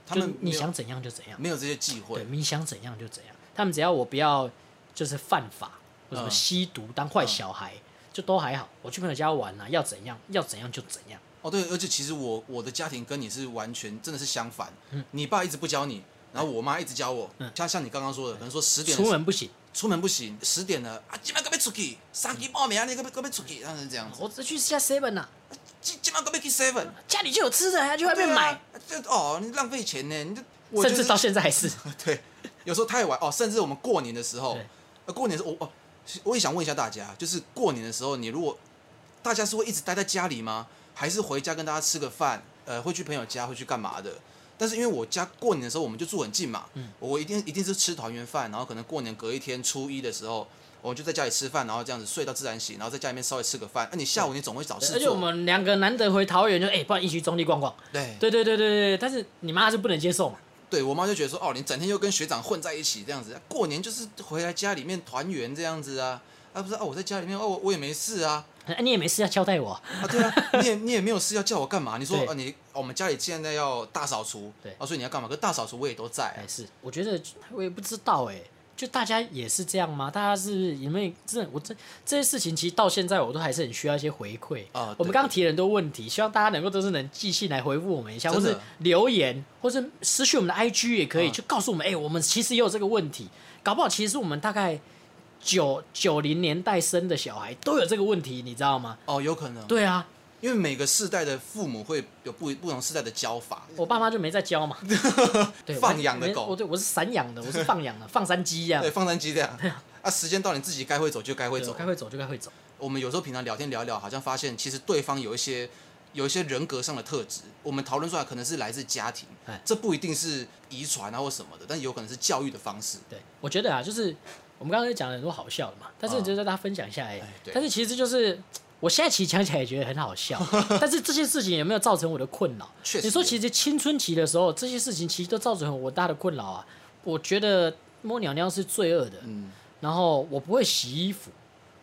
Speaker 2: 他
Speaker 1: 就
Speaker 2: 们
Speaker 1: 你
Speaker 2: 没有
Speaker 1: 想怎样就怎样，
Speaker 2: 没有这些忌
Speaker 1: 对，
Speaker 2: 讳，
Speaker 1: 你想怎样就怎样。他们只要我不要就是犯法或什么
Speaker 2: 嗯
Speaker 1: 吸毒、当坏小孩，就都还好。我去朋友家玩啊，要怎样要怎样就怎样。嗯
Speaker 2: 哦对，而且其实我我的家庭跟你是完全真的是相反，你爸一直不教你，然后我妈一直教我，像像你刚刚说的，可能说十点的
Speaker 1: 出
Speaker 2: 时候
Speaker 1: 门不行，
Speaker 2: 出门不行，十点了啊，今晚该要出去，三更半暝啊，你该要该要出去，然后是这样子，
Speaker 1: 我只去下 seven 呐、
Speaker 2: 今今晚该要去 seven，
Speaker 1: 家里就有吃的，还要去外面
Speaker 2: 对
Speaker 1: 买，
Speaker 2: 啊，这哦，你浪费钱呢，你就我
Speaker 1: 甚
Speaker 2: 就
Speaker 1: 至
Speaker 2: 是
Speaker 1: 到现在还是。
Speaker 2: 对，有时候太晚哦，甚至我们过年的时候
Speaker 1: 对，
Speaker 2: 呃，过年的时候我哦，我也想问一下大家，就是过年的时候，你如果大家是会一直待在家里吗？还是回家跟大家吃个饭？呃，会去朋友家，会去干嘛的？但是因为我家过年的时候我们就住很近嘛，
Speaker 1: 嗯
Speaker 2: 我一定一定是吃团圆饭，然后可能过年隔一天初一的时候，我们就在家里吃饭，然后这样子睡到自然醒，然后在家里面稍微吃个饭。那、你下午你总会找事做，
Speaker 1: 而且我们两个难得回桃园，就哎、不然一起去中立逛逛。
Speaker 2: 对
Speaker 1: 对对对对对，但是你妈就不能接受嘛。
Speaker 2: 对我妈就觉得说，哦，你整天又跟学长混在一起这样子，过年就是回来家里面团圆这样子啊，啊不是啊，我在家里面哦，我我也没事啊，
Speaker 1: 哎、你也没事要交代我啊、
Speaker 2: 啊对啊，你也你也没有事要叫我干嘛？你说
Speaker 1: 对
Speaker 2: 啊你、哦我们家里现在要大扫除，
Speaker 1: 对
Speaker 2: 啊所以你要干嘛？可是大扫除我也都在、
Speaker 1: 哎、是，我觉得我也不知道哎、就大家也是这样吗？大家是因为真的，我这这些事情其实到现在我都还是很需要一些回馈
Speaker 2: 啊
Speaker 1: 我们
Speaker 2: 对
Speaker 1: 刚刚提了很多问题，希望大家能够都是能寄信来回复我们一下，或
Speaker 2: 真的嗯
Speaker 1: 是留言，或是私讯我们的 IG 也可以，就告诉我们，哎、我们其实也有这个问题，搞不好其实我们大概九九零年代生的小孩都有这个问题，你知道吗？
Speaker 2: 哦有可能，
Speaker 1: 对啊，
Speaker 2: 因为每个世代的父母会有不不同世代的教法，
Speaker 1: 我爸妈就没在教 嘛。对，我
Speaker 2: 放养的
Speaker 1: 没
Speaker 2: 狗
Speaker 1: 我对我是散养的，我是放养的，放山鸡呀
Speaker 2: 对，。放山鸡这样，啊时间到你自己该会走就该会
Speaker 1: 对我
Speaker 2: 走，
Speaker 1: 该会走就该会走，
Speaker 2: 我们有时候平常聊天聊一聊，好像发现其实对方有一些有一些人格上的特质，我们讨论出来可能是来自家庭
Speaker 1: 哎，
Speaker 2: 这不一定是遗传啊或什么的，但有可能是教育的方式。
Speaker 1: 对我觉得啊，就是我们刚刚讲了很多好笑的嘛，但是
Speaker 2: 嗯
Speaker 1: 就让大家分享一下而已
Speaker 2: 哎对
Speaker 1: 但是其实就是我现在其实讲起来也觉得很好 笑，但是这些事情有没有造成我的困扰？
Speaker 2: 确实
Speaker 1: 你说
Speaker 2: 有
Speaker 1: 其实青春期的时候，这些事情其实都造成我大的困扰啊。我觉得摸鸟鸟是罪恶的，
Speaker 2: 嗯，
Speaker 1: 然后我不会洗衣服，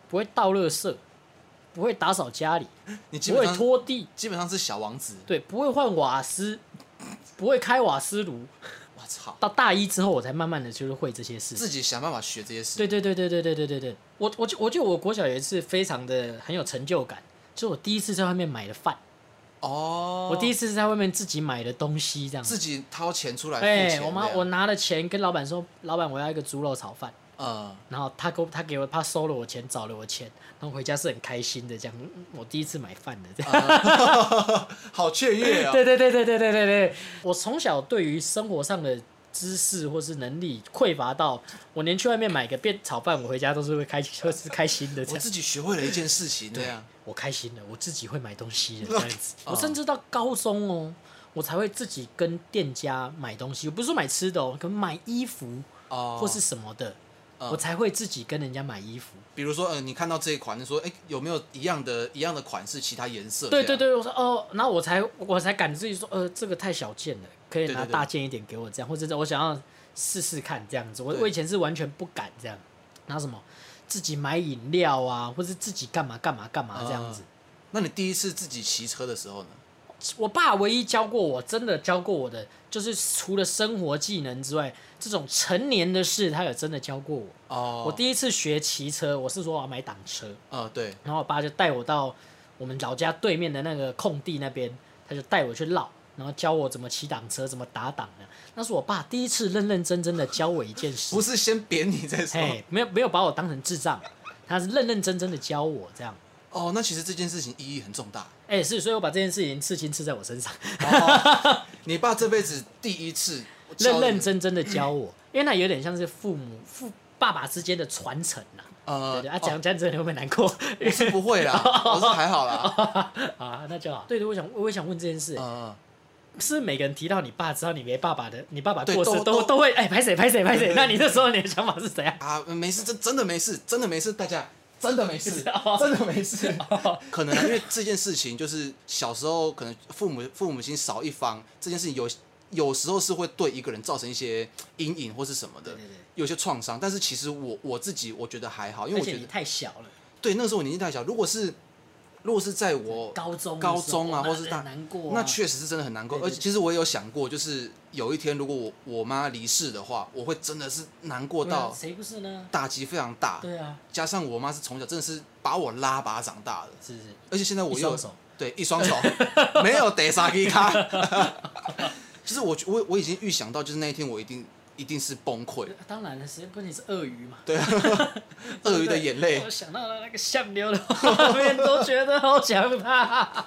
Speaker 1: 不会倒垃圾，不会打扫家里，
Speaker 2: 你基
Speaker 1: 不
Speaker 2: 本
Speaker 1: 会
Speaker 2: 上
Speaker 1: 拖地，
Speaker 2: 基本上是小王子，
Speaker 1: 对，不会换瓦斯，不会开瓦斯炉。
Speaker 2: 我操，
Speaker 1: 到大一之后，我才慢慢的就是会这些事。
Speaker 2: 自己想办法学这些事。
Speaker 1: 对对对对对对对对对，我我就我就我国小有一次非常的很有成就感，就是我第一次在外面买的饭，
Speaker 2: 哦，
Speaker 1: 我第一次在外面自己买的东西这样
Speaker 2: 自
Speaker 1: 子。
Speaker 2: 己掏钱出来付
Speaker 1: 哎、
Speaker 2: 钱这样。
Speaker 1: 我妈我拿了钱跟老板说，老板我要一个猪肉炒饭，
Speaker 2: 呃，
Speaker 1: 然后他给我他给我他收了我钱，找了我钱，然后回家是很开心的这样，嗯嗯我第一次买饭的
Speaker 2: 哎
Speaker 1: 这样。
Speaker 2: 好雀跃 啊！
Speaker 1: 对对对对对对对对，我从小对于生活上的知识或是能力匮乏到，我连去外面买个便炒饭，我回家都是会开心，都是开心的这
Speaker 2: 我
Speaker 1: 样
Speaker 2: 自。己学会了一件事情，这
Speaker 1: 对
Speaker 2: 样，
Speaker 1: 我开心了，我自己会买东西 的这
Speaker 2: 哦
Speaker 1: 样子。我甚至到高中哦，我才会自己跟店家买东西，我不是说买吃的哦，可能买衣服
Speaker 2: 哦，
Speaker 1: 或是什么的，
Speaker 2: 嗯
Speaker 1: 我才会自己跟人家买衣服。
Speaker 2: 比如说，呃，你看到这一款，你说，哎，有没有一样的一样的款式，其他颜色？
Speaker 1: 对
Speaker 2: 这
Speaker 1: 对对，
Speaker 2: 样，
Speaker 1: 我说哦，然后我才我才敢自己说，呃，这个太小件了，可以
Speaker 2: 对
Speaker 1: 拿
Speaker 2: 对对
Speaker 1: 大件一点给我这样，或者是我想要试试看这样子。我
Speaker 2: 对
Speaker 1: 我以前是完全不敢这样，然后什么自己买饮料啊，或是自己干嘛干嘛干嘛这
Speaker 2: 嗯
Speaker 1: 样子。
Speaker 2: 那你第一次自己骑车的时候呢？
Speaker 1: 我爸唯一教过我，真的教过我的，就是除了生活技能之外，这种成年的事，他有真的教过我。
Speaker 2: 哦，
Speaker 1: 我第一次学骑车，我是说我啊要买挡车，
Speaker 2: 呃，对，
Speaker 1: 然后我爸就带我到我们老家对面的那个空地那边，他就带我去绕，然后教我怎么骑挡车，怎么打挡的。那是我爸第一次认认真真的教我一件事，
Speaker 2: 不 是先扁你再说。
Speaker 1: 哎，没有没有把我当成智障，他是认认真真的教我这样。
Speaker 2: 哦，那其实这件事情意义很重 大。
Speaker 1: 哎、是，所以我把这件事情刺青刺在我身上，
Speaker 2: 哦你爸这辈子第一次教
Speaker 1: 认
Speaker 2: 你
Speaker 1: 认真真的教我，因为那有点像是父母父爸爸之间的传承呐、
Speaker 2: 呃
Speaker 1: 对对，啊，讲讲真的会不会难过？
Speaker 2: 是不会啦，我是还好啦。
Speaker 1: 啊，那就好。对对，我想我也想问这件事，
Speaker 2: 嗯，
Speaker 1: 是每个人提到你爸，知道你没爸爸的，你爸爸
Speaker 2: 对
Speaker 1: 过世
Speaker 2: 都
Speaker 1: 都
Speaker 2: 都
Speaker 1: 都会哎拍谁拍谁拍谁。
Speaker 2: 对对
Speaker 1: 那你那时候你的想法是怎样？
Speaker 2: 啊，没事，真真的没事，真的没事，大家真的没事
Speaker 1: 哦，
Speaker 2: 真的 没事。可能啊因为这件事情，就是小时候可能父母父母亲少一方，这件事情有有时候是会对一个人造成一些阴影或是什么的，有些创伤。但是其实我我自己我觉得还好，因为
Speaker 1: 而
Speaker 2: 我
Speaker 1: 且
Speaker 2: 觉
Speaker 1: 你
Speaker 2: 得
Speaker 1: 太小了，
Speaker 2: 对那个时候我年纪太小，如果是如果是在我
Speaker 1: 高中的
Speaker 2: 高
Speaker 1: 时候
Speaker 2: 中啊，
Speaker 1: 那
Speaker 2: 或是大
Speaker 1: 很难过啊
Speaker 2: 那确实是真的很难过。
Speaker 1: 对对
Speaker 2: 而且其实我也有想过，就是有一天如果我我妈离世的话，我会真的是难过
Speaker 1: 对啊
Speaker 2: 到
Speaker 1: 谁不是呢？
Speaker 2: 打击非常大。
Speaker 1: 对啊，
Speaker 2: 加上我妈是从小真的是把我拉拔长大的，
Speaker 1: 是是，
Speaker 2: 而且现在我
Speaker 1: 一
Speaker 2: 又
Speaker 1: 双手
Speaker 2: 对一双手没有得杀给他， 就是我我我已经预想到，就是那一天我一定一定是崩溃，啊
Speaker 1: 当然了，谁不你是鳄鱼嘛？
Speaker 2: 鳄鱼的眼泪
Speaker 1: 我。想到了那个相柳的画面，都觉得好想他。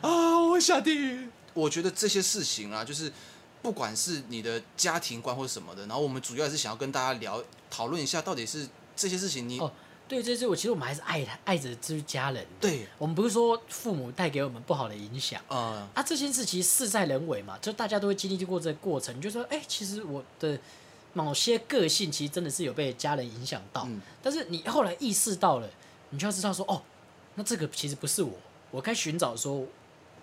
Speaker 2: 啊，我下地狱。我觉得这些事情啊，就是不管是你的家庭观或什么的，然后我们主要还是想要跟大家聊讨论一下，到底是这些事情 你、
Speaker 1: 哦对，这次我其实我们还是爱他，爱着这家人。，
Speaker 2: 对，
Speaker 1: 我们不是说父母带给我们不好的影响
Speaker 2: 呃，
Speaker 1: 啊，这件事其实事在人为嘛，就大家都会经历过这个过程，就说，哎、其实我的某些个性其实真的是有被家人影响到，
Speaker 2: 嗯
Speaker 1: 但是你后来意识到了，你就要知道说，哦，那这个其实不是我，我该寻找说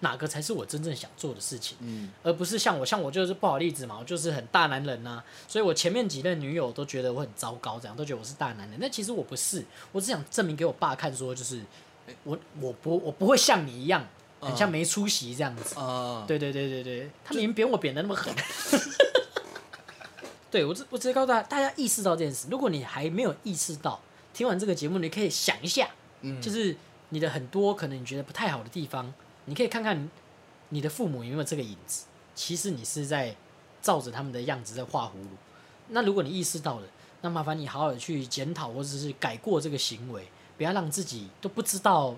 Speaker 1: 哪个才是我真正想做的事情。
Speaker 2: 嗯，
Speaker 1: 而不是像我，像我就是不好例子嘛，我就是很大男人呐、所以我前面几任女友都觉得我很糟糕，这样都觉得我是大男人，但其实我不是，我只想证明给我爸看，说就是我我不我不会像你一样，很像没出息这样子。
Speaker 2: 呃，
Speaker 1: 对对对对对，他明明扁我扁的那么狠。 对我只我直接告诉大家，大家意识到这件事。如果你还没有意识到，听完这个节目，你可以想一下，
Speaker 2: 嗯
Speaker 1: 就是你的很多可能你觉得不太好的地方，你可以看看你的父母有没有这个影子。其实你是在照着他们的样子在画葫芦。那如果你意识到了，那麻烦你好好的去检讨或者是改过这个行为，不要让自己都不知道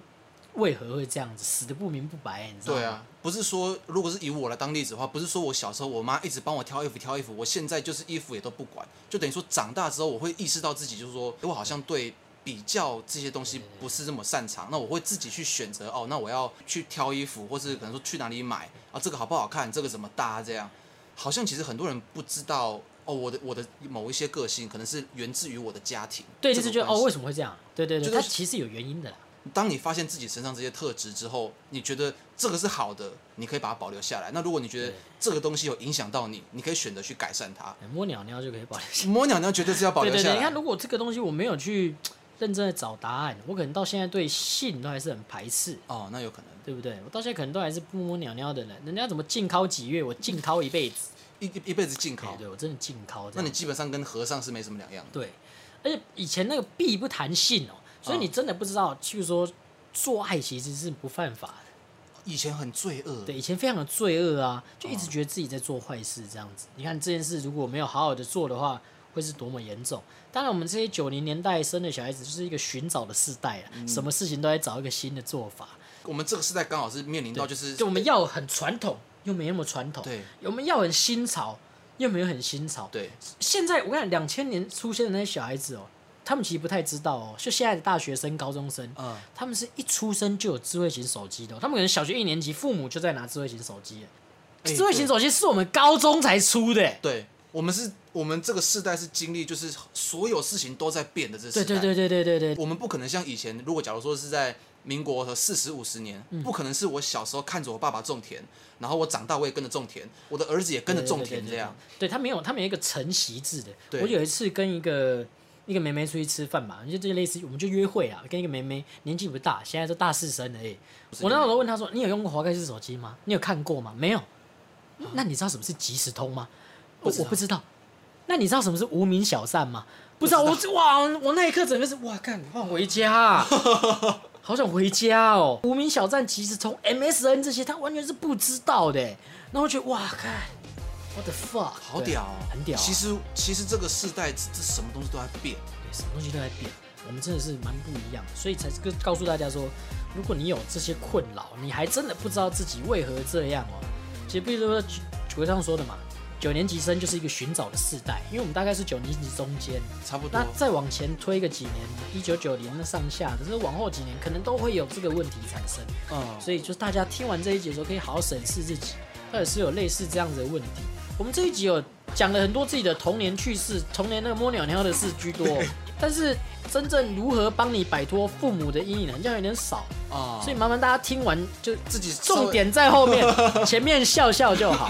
Speaker 1: 为何会这样子，死的不明不白，你知道吗？
Speaker 2: 对啊，不是说如果是以我来当例子的话，不是说我小时候我妈一直帮我挑衣服挑衣服，我现在就是衣服也都不管，就等于说长大之后我会意识到自己就是说，诶我好像对。比较这些东西不是这么擅长，那我会自己去选择哦。那我要去挑衣服，或是可能说去哪里买啊，这个好不好看，这个怎么搭，这样好像其实很多人不知道哦。我的我的某一些个性可能是源自于我的家庭，
Speaker 1: 对，
Speaker 2: 这
Speaker 1: 就
Speaker 2: 个
Speaker 1: 是觉得
Speaker 2: 关
Speaker 1: 哦，
Speaker 2: 系
Speaker 1: 为什么会这样？对对对，
Speaker 2: 就是
Speaker 1: 它其实有原因的啦。
Speaker 2: 当你发现自己身上这些特质之后，你觉得这个是好的，你可以把它保留下来。那如果你觉得
Speaker 1: 对
Speaker 2: 这个东西有影响到你，你可以选择去改 善它。
Speaker 1: 摸鸟鸟就可以保留下。
Speaker 2: 摸鸟鸟绝对是要保
Speaker 1: 对
Speaker 2: 留
Speaker 1: 对对，
Speaker 2: 下来。
Speaker 1: 你看，如果这个东西我没有去认真的找答案，我可能到现在对性都还是很排斥，
Speaker 2: 哦，那有可能
Speaker 1: 对不对？我到现在可能都还是不摸鸟鸟的人，人家怎么禁考几月，我禁考一辈子。
Speaker 2: 一一一辈子禁
Speaker 1: 对
Speaker 2: 考，
Speaker 1: 对，我真的禁考。
Speaker 2: 那你基本上跟和尚是没什么两样的。
Speaker 1: 对，而且以前那个避不谈性哦，所以
Speaker 2: 嗯
Speaker 1: 你真的不知道，譬如说做爱其实是不犯法的。
Speaker 2: 以前很罪恶，
Speaker 1: 对，以前非常的罪恶啊，就一
Speaker 2: 哦
Speaker 1: 直觉得自己在做坏事这样子。你看这件事如果没有好好的做的话，会是多么严重。当然，我们这些九零年代生的小孩子就是一个寻找的世代
Speaker 2: 嗯
Speaker 1: 啊，什么事情都在找一个新的做法。
Speaker 2: 我们这个时代刚好是面临到就是
Speaker 1: 就我们要很传统，又没那么传统；
Speaker 2: 对
Speaker 1: 我们要很新潮，又没有很新潮。
Speaker 2: 对
Speaker 1: 现在我跟你讲，两千年出现的那些小孩子哦，他们其实不太知道哦，就现在的大学生、高中生，
Speaker 2: 嗯
Speaker 1: 他们是一出生就有智慧型手机的哦、他们可能小学一年级，父母就在拿智慧型手机了。
Speaker 2: 哎
Speaker 1: 智慧型手机是我们高中才出的、欸。
Speaker 2: 对，我们是我们这个世代是经历就是所有事情都在变的这时
Speaker 1: 对
Speaker 2: 代。
Speaker 1: 对对对对对对
Speaker 2: 我们不可能像以前，如果假如说是在民国和四十五十年，
Speaker 1: 嗯
Speaker 2: 不可能是我小时候看着我爸爸种田，然后我长大我也跟着种田，我的儿子也跟着种田这
Speaker 1: 对对
Speaker 2: 样。。
Speaker 1: 对对对对他没有，他没有一个承袭制的。
Speaker 2: 对
Speaker 1: 我有一次跟一个一个妹妹出去吃饭嘛，就这类似，我们就约会啊，跟一个妹妹年纪不大，现在都大四生了、欸。我那时候问她说：“你有用过华盖式手机吗？你有看过吗？”没有。那你知道什么是即时通吗？
Speaker 2: 不
Speaker 1: 我
Speaker 2: 知
Speaker 1: 嗯
Speaker 2: 道
Speaker 1: 我不知道。那你知道什么是无名小站吗？不知道。我这哇，我那一刻整个是哇，干，我想回家啊、好想回家哦。无名小站即时通、MSN 这些，他完全是不知道的欸。那我觉得哇，看，what the fuck，
Speaker 2: 好屌、哦
Speaker 1: 对，很屌啊、
Speaker 2: 其实其实这个世代这这什么东西都在变，
Speaker 1: 对，什么东西都在变，我们真的是蛮不一样的，所以才跟告诉大家说，如果你有这些困扰，你还真的不知道自己为何这样哦。其实，比如说主上说的嘛，九年级生就是一个寻找的世代，因为我们大概是九年级中间，
Speaker 2: 差不多
Speaker 1: 那。再往前推个几年，一九九零那上下，只是往后几年可能都会有这个问题产生。
Speaker 2: 嗯，
Speaker 1: 所以就是大家听完这一集的时候，可以好好审视自己，到底是有类似这样子的问题。我们这一集有讲了很多自己的童年趣事，童年那个摸鸟鸟的事居多，但是真正如何帮你摆脱父母的阴影，好像有点少。
Speaker 2: 啊、
Speaker 1: 所以麻烦大家听完就
Speaker 2: 自己 稍微
Speaker 1: 重点在后 面，前面笑笑就好，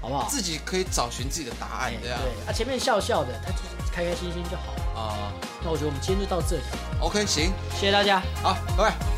Speaker 1: 好不好？
Speaker 2: 自己可以找寻自己的答案
Speaker 1: 哎
Speaker 2: 这
Speaker 1: 对
Speaker 2: 样
Speaker 1: 啊，前面笑笑的，他就是开开心心就好。
Speaker 2: 啊、
Speaker 1: 那我觉得我们今天就到这里，
Speaker 2: OK，行，
Speaker 1: 谢谢大家。
Speaker 2: 好，拜拜。